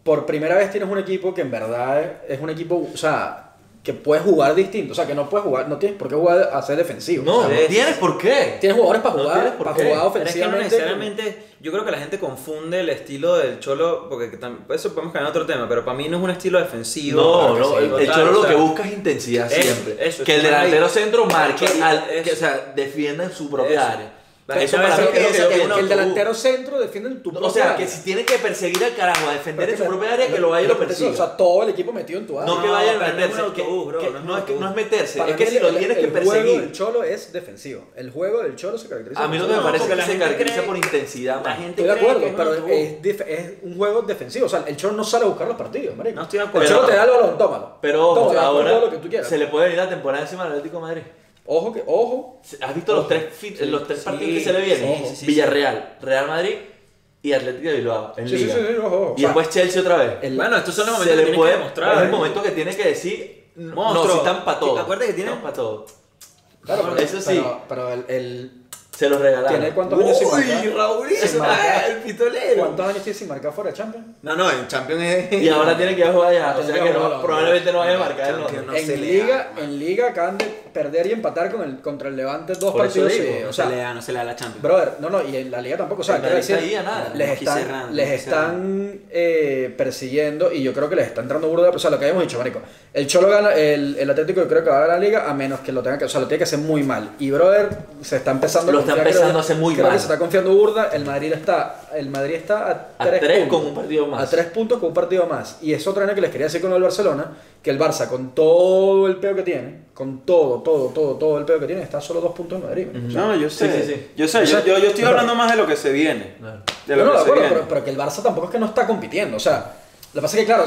Speaker 2: por primera vez tienes un equipo que en verdad es un equipo, o sea, que puedes jugar distinto, o sea, que no puedes jugar, no tienes por qué jugar a ser defensivo. o
Speaker 4: No,
Speaker 2: sea,
Speaker 4: no tienes por qué.
Speaker 2: tienes jugadores para
Speaker 4: No
Speaker 2: jugar,
Speaker 4: tienes por
Speaker 2: para
Speaker 4: qué.
Speaker 2: jugar
Speaker 4: Pero
Speaker 1: Pero es que no
Speaker 2: ofensivamente.
Speaker 1: necesariamente. Yo creo que la gente confunde el estilo del Cholo. Porque que tam- pues eso podemos cambiar a otro tema. Pero para mí no es un estilo defensivo.
Speaker 4: No,
Speaker 1: claro que
Speaker 4: no,
Speaker 1: sí,
Speaker 4: el, el
Speaker 1: total,
Speaker 4: Cholo
Speaker 1: o
Speaker 4: lo
Speaker 1: sea,
Speaker 4: que busca es intensidad
Speaker 1: eso,
Speaker 4: siempre.
Speaker 1: eso,
Speaker 4: que el
Speaker 1: eso,
Speaker 4: delantero
Speaker 1: marico.
Speaker 4: centro marque,
Speaker 1: Eso,
Speaker 4: al, que,
Speaker 1: eso.
Speaker 4: o sea, defienda en su propia
Speaker 1: Eso.
Speaker 4: área.
Speaker 1: La gente
Speaker 4: Eso
Speaker 1: a
Speaker 4: para
Speaker 1: veces
Speaker 4: mí es
Speaker 1: piensa
Speaker 4: lo
Speaker 1: que
Speaker 4: que
Speaker 1: el
Speaker 4: no
Speaker 2: el
Speaker 4: tú-
Speaker 2: delantero centro defiende tu
Speaker 4: no,
Speaker 2: propia
Speaker 4: O sea,
Speaker 2: área.
Speaker 4: que si tiene que perseguir al carajo, a defender en su propia área, que lo vaya y
Speaker 2: vaya
Speaker 4: lo persiga.
Speaker 2: O sea, todo el equipo metido en tu área.
Speaker 4: No, que
Speaker 1: No,
Speaker 4: vaya a
Speaker 1: pero no es un
Speaker 4: meterse. que-
Speaker 1: autobús, bro,
Speaker 4: que-
Speaker 1: no es un
Speaker 4: no, es que,
Speaker 1: autobús.
Speaker 4: no es meterse.
Speaker 2: Para
Speaker 4: es que
Speaker 2: mí
Speaker 4: si
Speaker 2: el-
Speaker 4: lo
Speaker 2: el-
Speaker 4: tienes que
Speaker 2: El juego del
Speaker 4: perseguir.
Speaker 2: Cholo es defensivo. El juego del Cholo se caracteriza
Speaker 4: A
Speaker 2: por
Speaker 4: mí lo
Speaker 2: eso.
Speaker 4: que me
Speaker 1: No,
Speaker 4: parece
Speaker 1: porque
Speaker 4: es que
Speaker 1: la
Speaker 4: se
Speaker 1: gente
Speaker 4: caracteriza
Speaker 1: cree-
Speaker 4: por intensidad.
Speaker 1: La
Speaker 4: man.
Speaker 1: gente
Speaker 2: Estoy de
Speaker 1: cree que
Speaker 2: acuerdo,
Speaker 1: es
Speaker 2: pero
Speaker 1: un autobús.
Speaker 2: es, dif- es un juego defensivo. O sea, el Cholo no sale a buscar los partidos, marico.
Speaker 1: No estoy de acuerdo.
Speaker 2: El Cholo te da el balón, tómalo.
Speaker 4: Pero
Speaker 2: Toma,
Speaker 4: ojo,
Speaker 2: te da
Speaker 4: ahora
Speaker 2: todo lo que tú quieras.
Speaker 4: se le puede venir la temporada encima al Atlético de Madrid.
Speaker 2: Ojo que, ojo.
Speaker 4: ¿Has visto los tres, fit- los tres
Speaker 1: Sí,
Speaker 4: partidos que se le vienen?
Speaker 1: sí, sí, sí.
Speaker 4: Villarreal, Real Madrid y Atlético de Bilbao. En
Speaker 2: Sí, sí,
Speaker 4: Liga.
Speaker 2: sí, sí, ojo, ojo.
Speaker 4: Y después Chelsea otra vez.
Speaker 2: El-
Speaker 1: Bueno, estos son los
Speaker 4: Se
Speaker 1: momentos
Speaker 4: le
Speaker 1: que tiene
Speaker 4: puede-
Speaker 1: que demostrar. eh.
Speaker 4: Es el momento que tiene que decir. no,
Speaker 1: Monstruo.
Speaker 4: No, si están para todo.
Speaker 1: Acuérdate que tiene-
Speaker 4: Están para todo.
Speaker 2: Claro, pero,
Speaker 4: Eso sí.
Speaker 2: Pero, pero el, el-
Speaker 4: Se los regalaron.
Speaker 2: ¿Tiene cuántos años sin
Speaker 4: Uy,
Speaker 2: marcar? Sin
Speaker 4: Raúlito.
Speaker 2: marcar.
Speaker 4: El pitolero.
Speaker 2: ¿Cuántos años tiene sin marcar fuera de Champions?
Speaker 1: No, no, en Champions es.
Speaker 4: Y ahora tiene que ir a jugar allá. O
Speaker 2: Tiene
Speaker 4: sea
Speaker 2: que
Speaker 4: que
Speaker 2: jugar
Speaker 4: no-
Speaker 2: a la-
Speaker 4: probablemente no vaya a marcar el
Speaker 1: Champions,
Speaker 4: otro.
Speaker 1: No se
Speaker 2: en
Speaker 1: le
Speaker 2: liga, en liga acaban de perder y empatar con el, contra el Levante dos
Speaker 4: Por eso
Speaker 2: partidos.
Speaker 4: digo,
Speaker 2: seguidos.
Speaker 1: No
Speaker 2: o
Speaker 1: se
Speaker 2: sea,
Speaker 1: le da, no se le da la Champions.
Speaker 2: Brother, no, no, y en la liga tampoco. O sea,
Speaker 4: En la
Speaker 2: quiero
Speaker 4: lista
Speaker 2: decir,
Speaker 4: ahí a nada.
Speaker 2: les
Speaker 1: Los que
Speaker 2: están,
Speaker 1: cerran,
Speaker 2: les
Speaker 1: los que
Speaker 2: están eh, persiguiendo y yo creo que les están entrando burda. O sea, lo que habíamos dicho, Marico. El Cholo gana, el, el Atlético yo creo que va a ganar la liga a menos que lo tenga que, o sea, lo tiene que hacer muy mal. Y brother, se está empezando
Speaker 4: Lo está
Speaker 2: confiar,
Speaker 4: empezando
Speaker 2: creo-
Speaker 4: a hacer muy
Speaker 2: creo
Speaker 4: mal.
Speaker 2: Que se está confiando burda. El Madrid está, el Madrid está a,
Speaker 4: A tres
Speaker 2: puntos.
Speaker 4: con un partido más.
Speaker 2: A tres puntos con un partido más. Y es otra vaina que les quería decir con el Barcelona, que el Barça con todo el peo que tiene, con todo, todo, todo, todo el peo que tiene, está a solo dos puntos en Madrid. marico.
Speaker 1: No, yo sé.
Speaker 4: Sí, sí, sí.
Speaker 1: Yo sé,
Speaker 2: O sea,
Speaker 1: yo, yo, yo estoy
Speaker 2: pero-
Speaker 1: hablando más de lo que se viene.
Speaker 4: Claro.
Speaker 1: De lo
Speaker 2: no, no,
Speaker 1: que
Speaker 2: de
Speaker 1: se
Speaker 2: acuerdo,
Speaker 1: viene.
Speaker 2: pero, pero que el Barça tampoco es que no está compitiendo. O sea, lo que pasa es que, claro,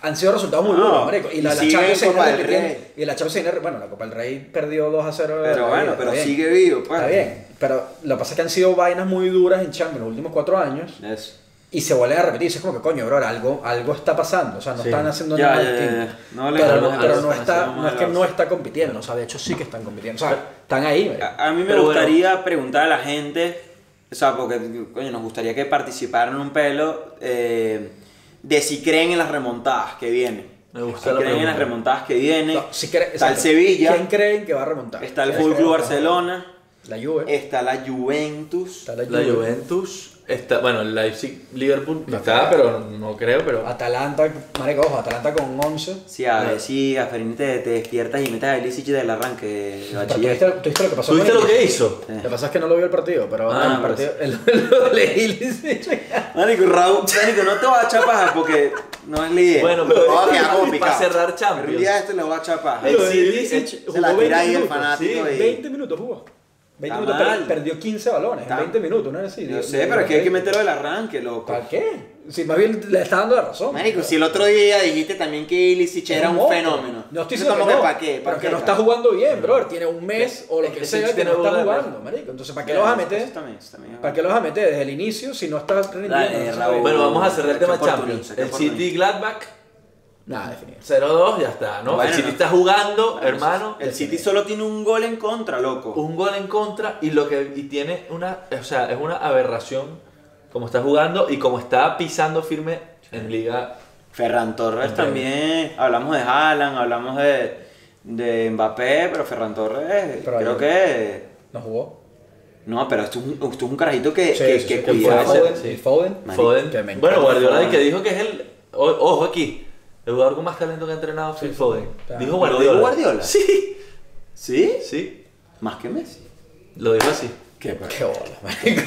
Speaker 2: han sido resultados muy buenos,
Speaker 1: No,
Speaker 2: marico. Y
Speaker 1: y
Speaker 2: la, la
Speaker 1: sigue
Speaker 2: Champions se
Speaker 1: Copa
Speaker 2: viene
Speaker 1: del
Speaker 2: repitiendo.
Speaker 1: Rey.
Speaker 2: Y la Champions se viene- Bueno, la Copa del Rey perdió 2 a 0.
Speaker 1: Pero
Speaker 2: la
Speaker 1: bueno,
Speaker 2: vida,
Speaker 1: pero
Speaker 2: está bien.
Speaker 1: sigue vivo, pues.
Speaker 2: Está bien. Pero lo que pasa es que han sido vainas muy duras en Champions los últimos cuatro años.
Speaker 1: Eso.
Speaker 2: Y se vuelven a repetir. Es como que, coño, bro, algo, algo está pasando. O sea, no
Speaker 4: Sí.
Speaker 2: están haciendo
Speaker 1: Ya, ya,
Speaker 2: nada
Speaker 1: ya,
Speaker 2: distinto.
Speaker 1: ya. No le
Speaker 2: pero
Speaker 1: hablamos
Speaker 2: no,
Speaker 1: del
Speaker 2: pero
Speaker 1: Barça,
Speaker 2: no está,
Speaker 1: hablamos
Speaker 2: no es
Speaker 1: del
Speaker 2: que no
Speaker 1: Barça.
Speaker 2: está compitiendo. O sea, de hecho sí que están compitiendo. O sea, están ahí, marico.
Speaker 1: A, a mí me
Speaker 4: Pero bueno.
Speaker 1: gustaría preguntar a la gente, o sea, porque coño, nos gustaría que participaran un pelo eh, de si creen en las remontadas que vienen.
Speaker 4: Me gusta
Speaker 1: Si
Speaker 4: la
Speaker 1: creen en
Speaker 4: pregunta.
Speaker 1: las remontadas que vienen.
Speaker 2: No, si cre-
Speaker 1: está el
Speaker 2: exacto.
Speaker 1: Sevilla,
Speaker 2: ¿Quién creen que va a remontar?
Speaker 1: está el
Speaker 2: ¿Quién
Speaker 1: Fútbol
Speaker 2: creen
Speaker 1: Club
Speaker 2: que va a remontar?
Speaker 1: Barcelona, Eh,
Speaker 2: La Juve.
Speaker 1: está la Juventus.
Speaker 2: Está la
Speaker 4: La
Speaker 2: Juve.
Speaker 4: Juventus está, bueno, el Leipzig, Liverpool
Speaker 2: No Ah,
Speaker 4: está,
Speaker 2: está.
Speaker 4: pero no creo, pero
Speaker 2: Atalanta, marico, ojo, Atalanta con 11.
Speaker 1: Sí, a ver, sí, Gaferín, te, te despiertas y metes a Ilicic del arranque de
Speaker 2: Pero ¿Tuviste,
Speaker 1: bachiller.
Speaker 2: tuviste lo que pasó?
Speaker 4: ¿Tuviste
Speaker 2: con
Speaker 4: lo
Speaker 2: Ilicic?
Speaker 4: que hizo?
Speaker 2: Lo que pasa es que no lo vio el partido, pero
Speaker 1: Ah,
Speaker 2: el
Speaker 1: pero
Speaker 2: partido, el- lo leí y le hice-
Speaker 1: Marico, Raúl, Marico, no te vas a echar paja porque no es la idea.
Speaker 4: Bueno, pero-
Speaker 1: No, que hago
Speaker 4: para
Speaker 1: picado.
Speaker 4: cerrar Champions.
Speaker 1: Pero un día este le voy a echar paja.
Speaker 4: El
Speaker 2: Lo de
Speaker 4: City,
Speaker 2: Ilicic
Speaker 4: el-
Speaker 2: jugó
Speaker 6: la
Speaker 2: 20
Speaker 6: tira ahí el
Speaker 2: minutos,
Speaker 6: fanático
Speaker 2: sí,
Speaker 6: y-
Speaker 2: 20 minutos jugó. 20
Speaker 1: Está
Speaker 2: minutos, per-
Speaker 1: mal.
Speaker 2: perdió 15 balones en
Speaker 1: Está-
Speaker 2: 20 minutos, no es así.
Speaker 1: Yo sé, pero es que hay que meterlo del arranque, loco.
Speaker 2: ¿Para qué? Si Pues, más bien le está dando la razón.
Speaker 6: Marico, si el otro día dijiste también que Ilicic era un
Speaker 2: monstruo.
Speaker 6: fenómeno.
Speaker 2: No estoy
Speaker 6: Entonces,
Speaker 2: diciendo
Speaker 6: como
Speaker 2: que no,
Speaker 6: que ¿Para qué?
Speaker 2: pero
Speaker 6: ¿Para
Speaker 2: que
Speaker 6: qué?
Speaker 2: no está jugando
Speaker 1: Mm.
Speaker 2: bien, brother. Tiene un mes o lo
Speaker 4: Es
Speaker 2: que
Speaker 4: que
Speaker 2: sea
Speaker 4: sí
Speaker 2: que
Speaker 4: tiene
Speaker 2: no está
Speaker 4: bola,
Speaker 2: jugando, marico. Entonces, ¿para qué lo vas a meter?
Speaker 1: Eso también, eso también es
Speaker 2: ¿Para qué lo vas a meter desde el inicio si no estás rindiendo?
Speaker 1: Dale,
Speaker 2: No sé.
Speaker 1: Raúl.
Speaker 4: Bueno, vamos a cerrar el
Speaker 1: Qué
Speaker 4: tema
Speaker 1: oportunista,
Speaker 4: Champions.
Speaker 1: qué
Speaker 4: El
Speaker 1: oportunista.
Speaker 4: City Gladbach
Speaker 2: Nada, definido.
Speaker 4: 0-2, ya está, ¿no?
Speaker 1: Bueno,
Speaker 4: el City
Speaker 1: no.
Speaker 4: está jugando,
Speaker 1: Bueno,
Speaker 4: hermano,
Speaker 1: El City solo tiene un gol en contra, loco.
Speaker 4: un gol en contra y lo que y tiene una, o sea, es una aberración como está jugando y como está pisando firme en liga.
Speaker 1: Ferran Torres también. Hablamos de Haaland, hablamos de, de Mbappé, pero Ferran Torres
Speaker 2: Pero
Speaker 1: creo
Speaker 2: ayer-
Speaker 1: que...
Speaker 2: No jugó.
Speaker 1: No, pero esto es un, esto es un carajito que,
Speaker 2: Sí,
Speaker 1: que,
Speaker 2: sí,
Speaker 1: que
Speaker 2: sí, que
Speaker 1: cuidado.
Speaker 4: puede
Speaker 2: Foden,
Speaker 4: ser. sí.
Speaker 2: y Foden.
Speaker 1: Marico,
Speaker 4: Foden.
Speaker 2: que me encanta
Speaker 4: Bueno, Guardiola
Speaker 1: Foden.
Speaker 4: que dijo que es el o- ojo aquí, el jugador con más talento que ha entrenado Phil Foden.
Speaker 2: Claro.
Speaker 4: Dijo
Speaker 1: ¿Lo
Speaker 4: Guardiola.
Speaker 1: dijo Guardiola?
Speaker 4: Sí.
Speaker 1: ¿Sí?
Speaker 4: Sí,
Speaker 1: Más que Messi.
Speaker 4: lo dijo así.
Speaker 1: ¿Qué?
Speaker 2: Qué bola, marico.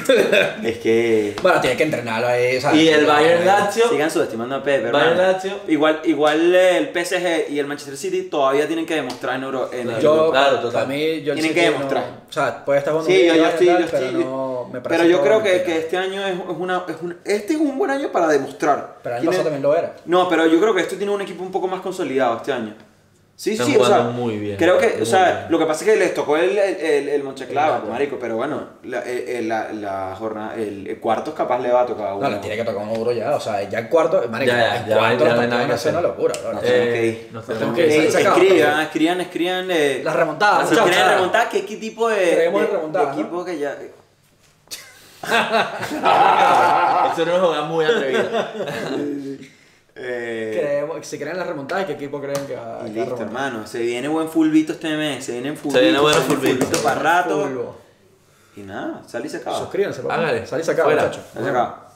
Speaker 1: Es que...
Speaker 2: Bueno, tiene que entrenarlo ahí. o sea,
Speaker 4: Y el
Speaker 2: no,
Speaker 4: Bayern
Speaker 2: no, no.
Speaker 4: Lazio
Speaker 1: Sigan subestimando a Pepe,
Speaker 4: Bayern
Speaker 1: hermano.
Speaker 4: Lazio.
Speaker 1: Igual, igual el PSG y el Manchester City todavía tienen que demostrar en Euro. En
Speaker 4: Claro.
Speaker 2: Yo,
Speaker 4: Claro, total.
Speaker 2: para mí, yo el
Speaker 1: Tienen que
Speaker 2: City no-
Speaker 1: demostrar.
Speaker 2: o sea, puede estar jugando
Speaker 1: Sí,
Speaker 2: bien
Speaker 1: yo,
Speaker 2: y
Speaker 1: yo
Speaker 2: vaina y
Speaker 1: estoy,
Speaker 2: tal,
Speaker 1: yo estoy.
Speaker 2: Pero, no, me parece
Speaker 1: pero yo
Speaker 2: todo
Speaker 1: creo que, que
Speaker 2: mentira.
Speaker 1: este año es, es una, es un- este es un buen año para demostrar.
Speaker 2: Pero el
Speaker 1: Tiene-
Speaker 2: Barça también lo era.
Speaker 1: No, pero yo creo que esto tiene un equipo un poco más consolidado este año. O Sí,
Speaker 4: Están
Speaker 1: sí, o sea,
Speaker 4: jugando muy bien,
Speaker 1: creo que, o
Speaker 4: muy
Speaker 1: sea,
Speaker 4: bien.
Speaker 1: lo que pasa es que les tocó el, el, el, el Monteclavo,
Speaker 2: Exacto.
Speaker 1: marico, pero bueno, la, eh, eh, la, la jornada, el, el cuarto capaz le va a tocar a uno.
Speaker 2: No, le tiene que tocar un euro ya. O sea, ya el cuarto. Marico,
Speaker 4: Ya, ya,
Speaker 2: el
Speaker 4: ya,
Speaker 2: cuarto
Speaker 4: ya
Speaker 2: nos
Speaker 4: no
Speaker 2: tocó
Speaker 4: hay nada que
Speaker 2: una
Speaker 4: hacer.
Speaker 2: escena locura, bro.
Speaker 1: No,
Speaker 2: Eh,
Speaker 1: tenemos
Speaker 4: Eh,
Speaker 1: que ir.
Speaker 4: nos
Speaker 2: Nos
Speaker 4: tenemos
Speaker 2: tenemos
Speaker 4: que
Speaker 2: que
Speaker 4: ir.
Speaker 2: ir.
Speaker 1: Eh,
Speaker 2: sacado.
Speaker 1: escriban, escriban, escriban. eh,
Speaker 2: Las remontadas,
Speaker 1: si
Speaker 2: muchachos.
Speaker 1: quieren remontar, ¿qué, qué tipo de,
Speaker 2: Creemos
Speaker 1: de-
Speaker 2: en remontadas,
Speaker 1: de equipo que ya...
Speaker 4: Esto no es una jugada muy atrevida.
Speaker 1: Eh,
Speaker 2: Creemos- si creen las remontadas, ¿qué equipo creen que
Speaker 1: y
Speaker 2: va que va a
Speaker 1: listo,
Speaker 2: remontar?
Speaker 1: hermano. Se viene buen fulbito este mes. Se viene fulbito.
Speaker 4: viene bueno fulbito.
Speaker 1: para rato.
Speaker 2: Fulbo.
Speaker 1: Y nada, sal y se acaba.
Speaker 2: Suscríbanse, papá.
Speaker 4: Hágale.
Speaker 2: Salís acá,
Speaker 4: Fuera.
Speaker 2: muchachos.
Speaker 1: Sal y se acaba.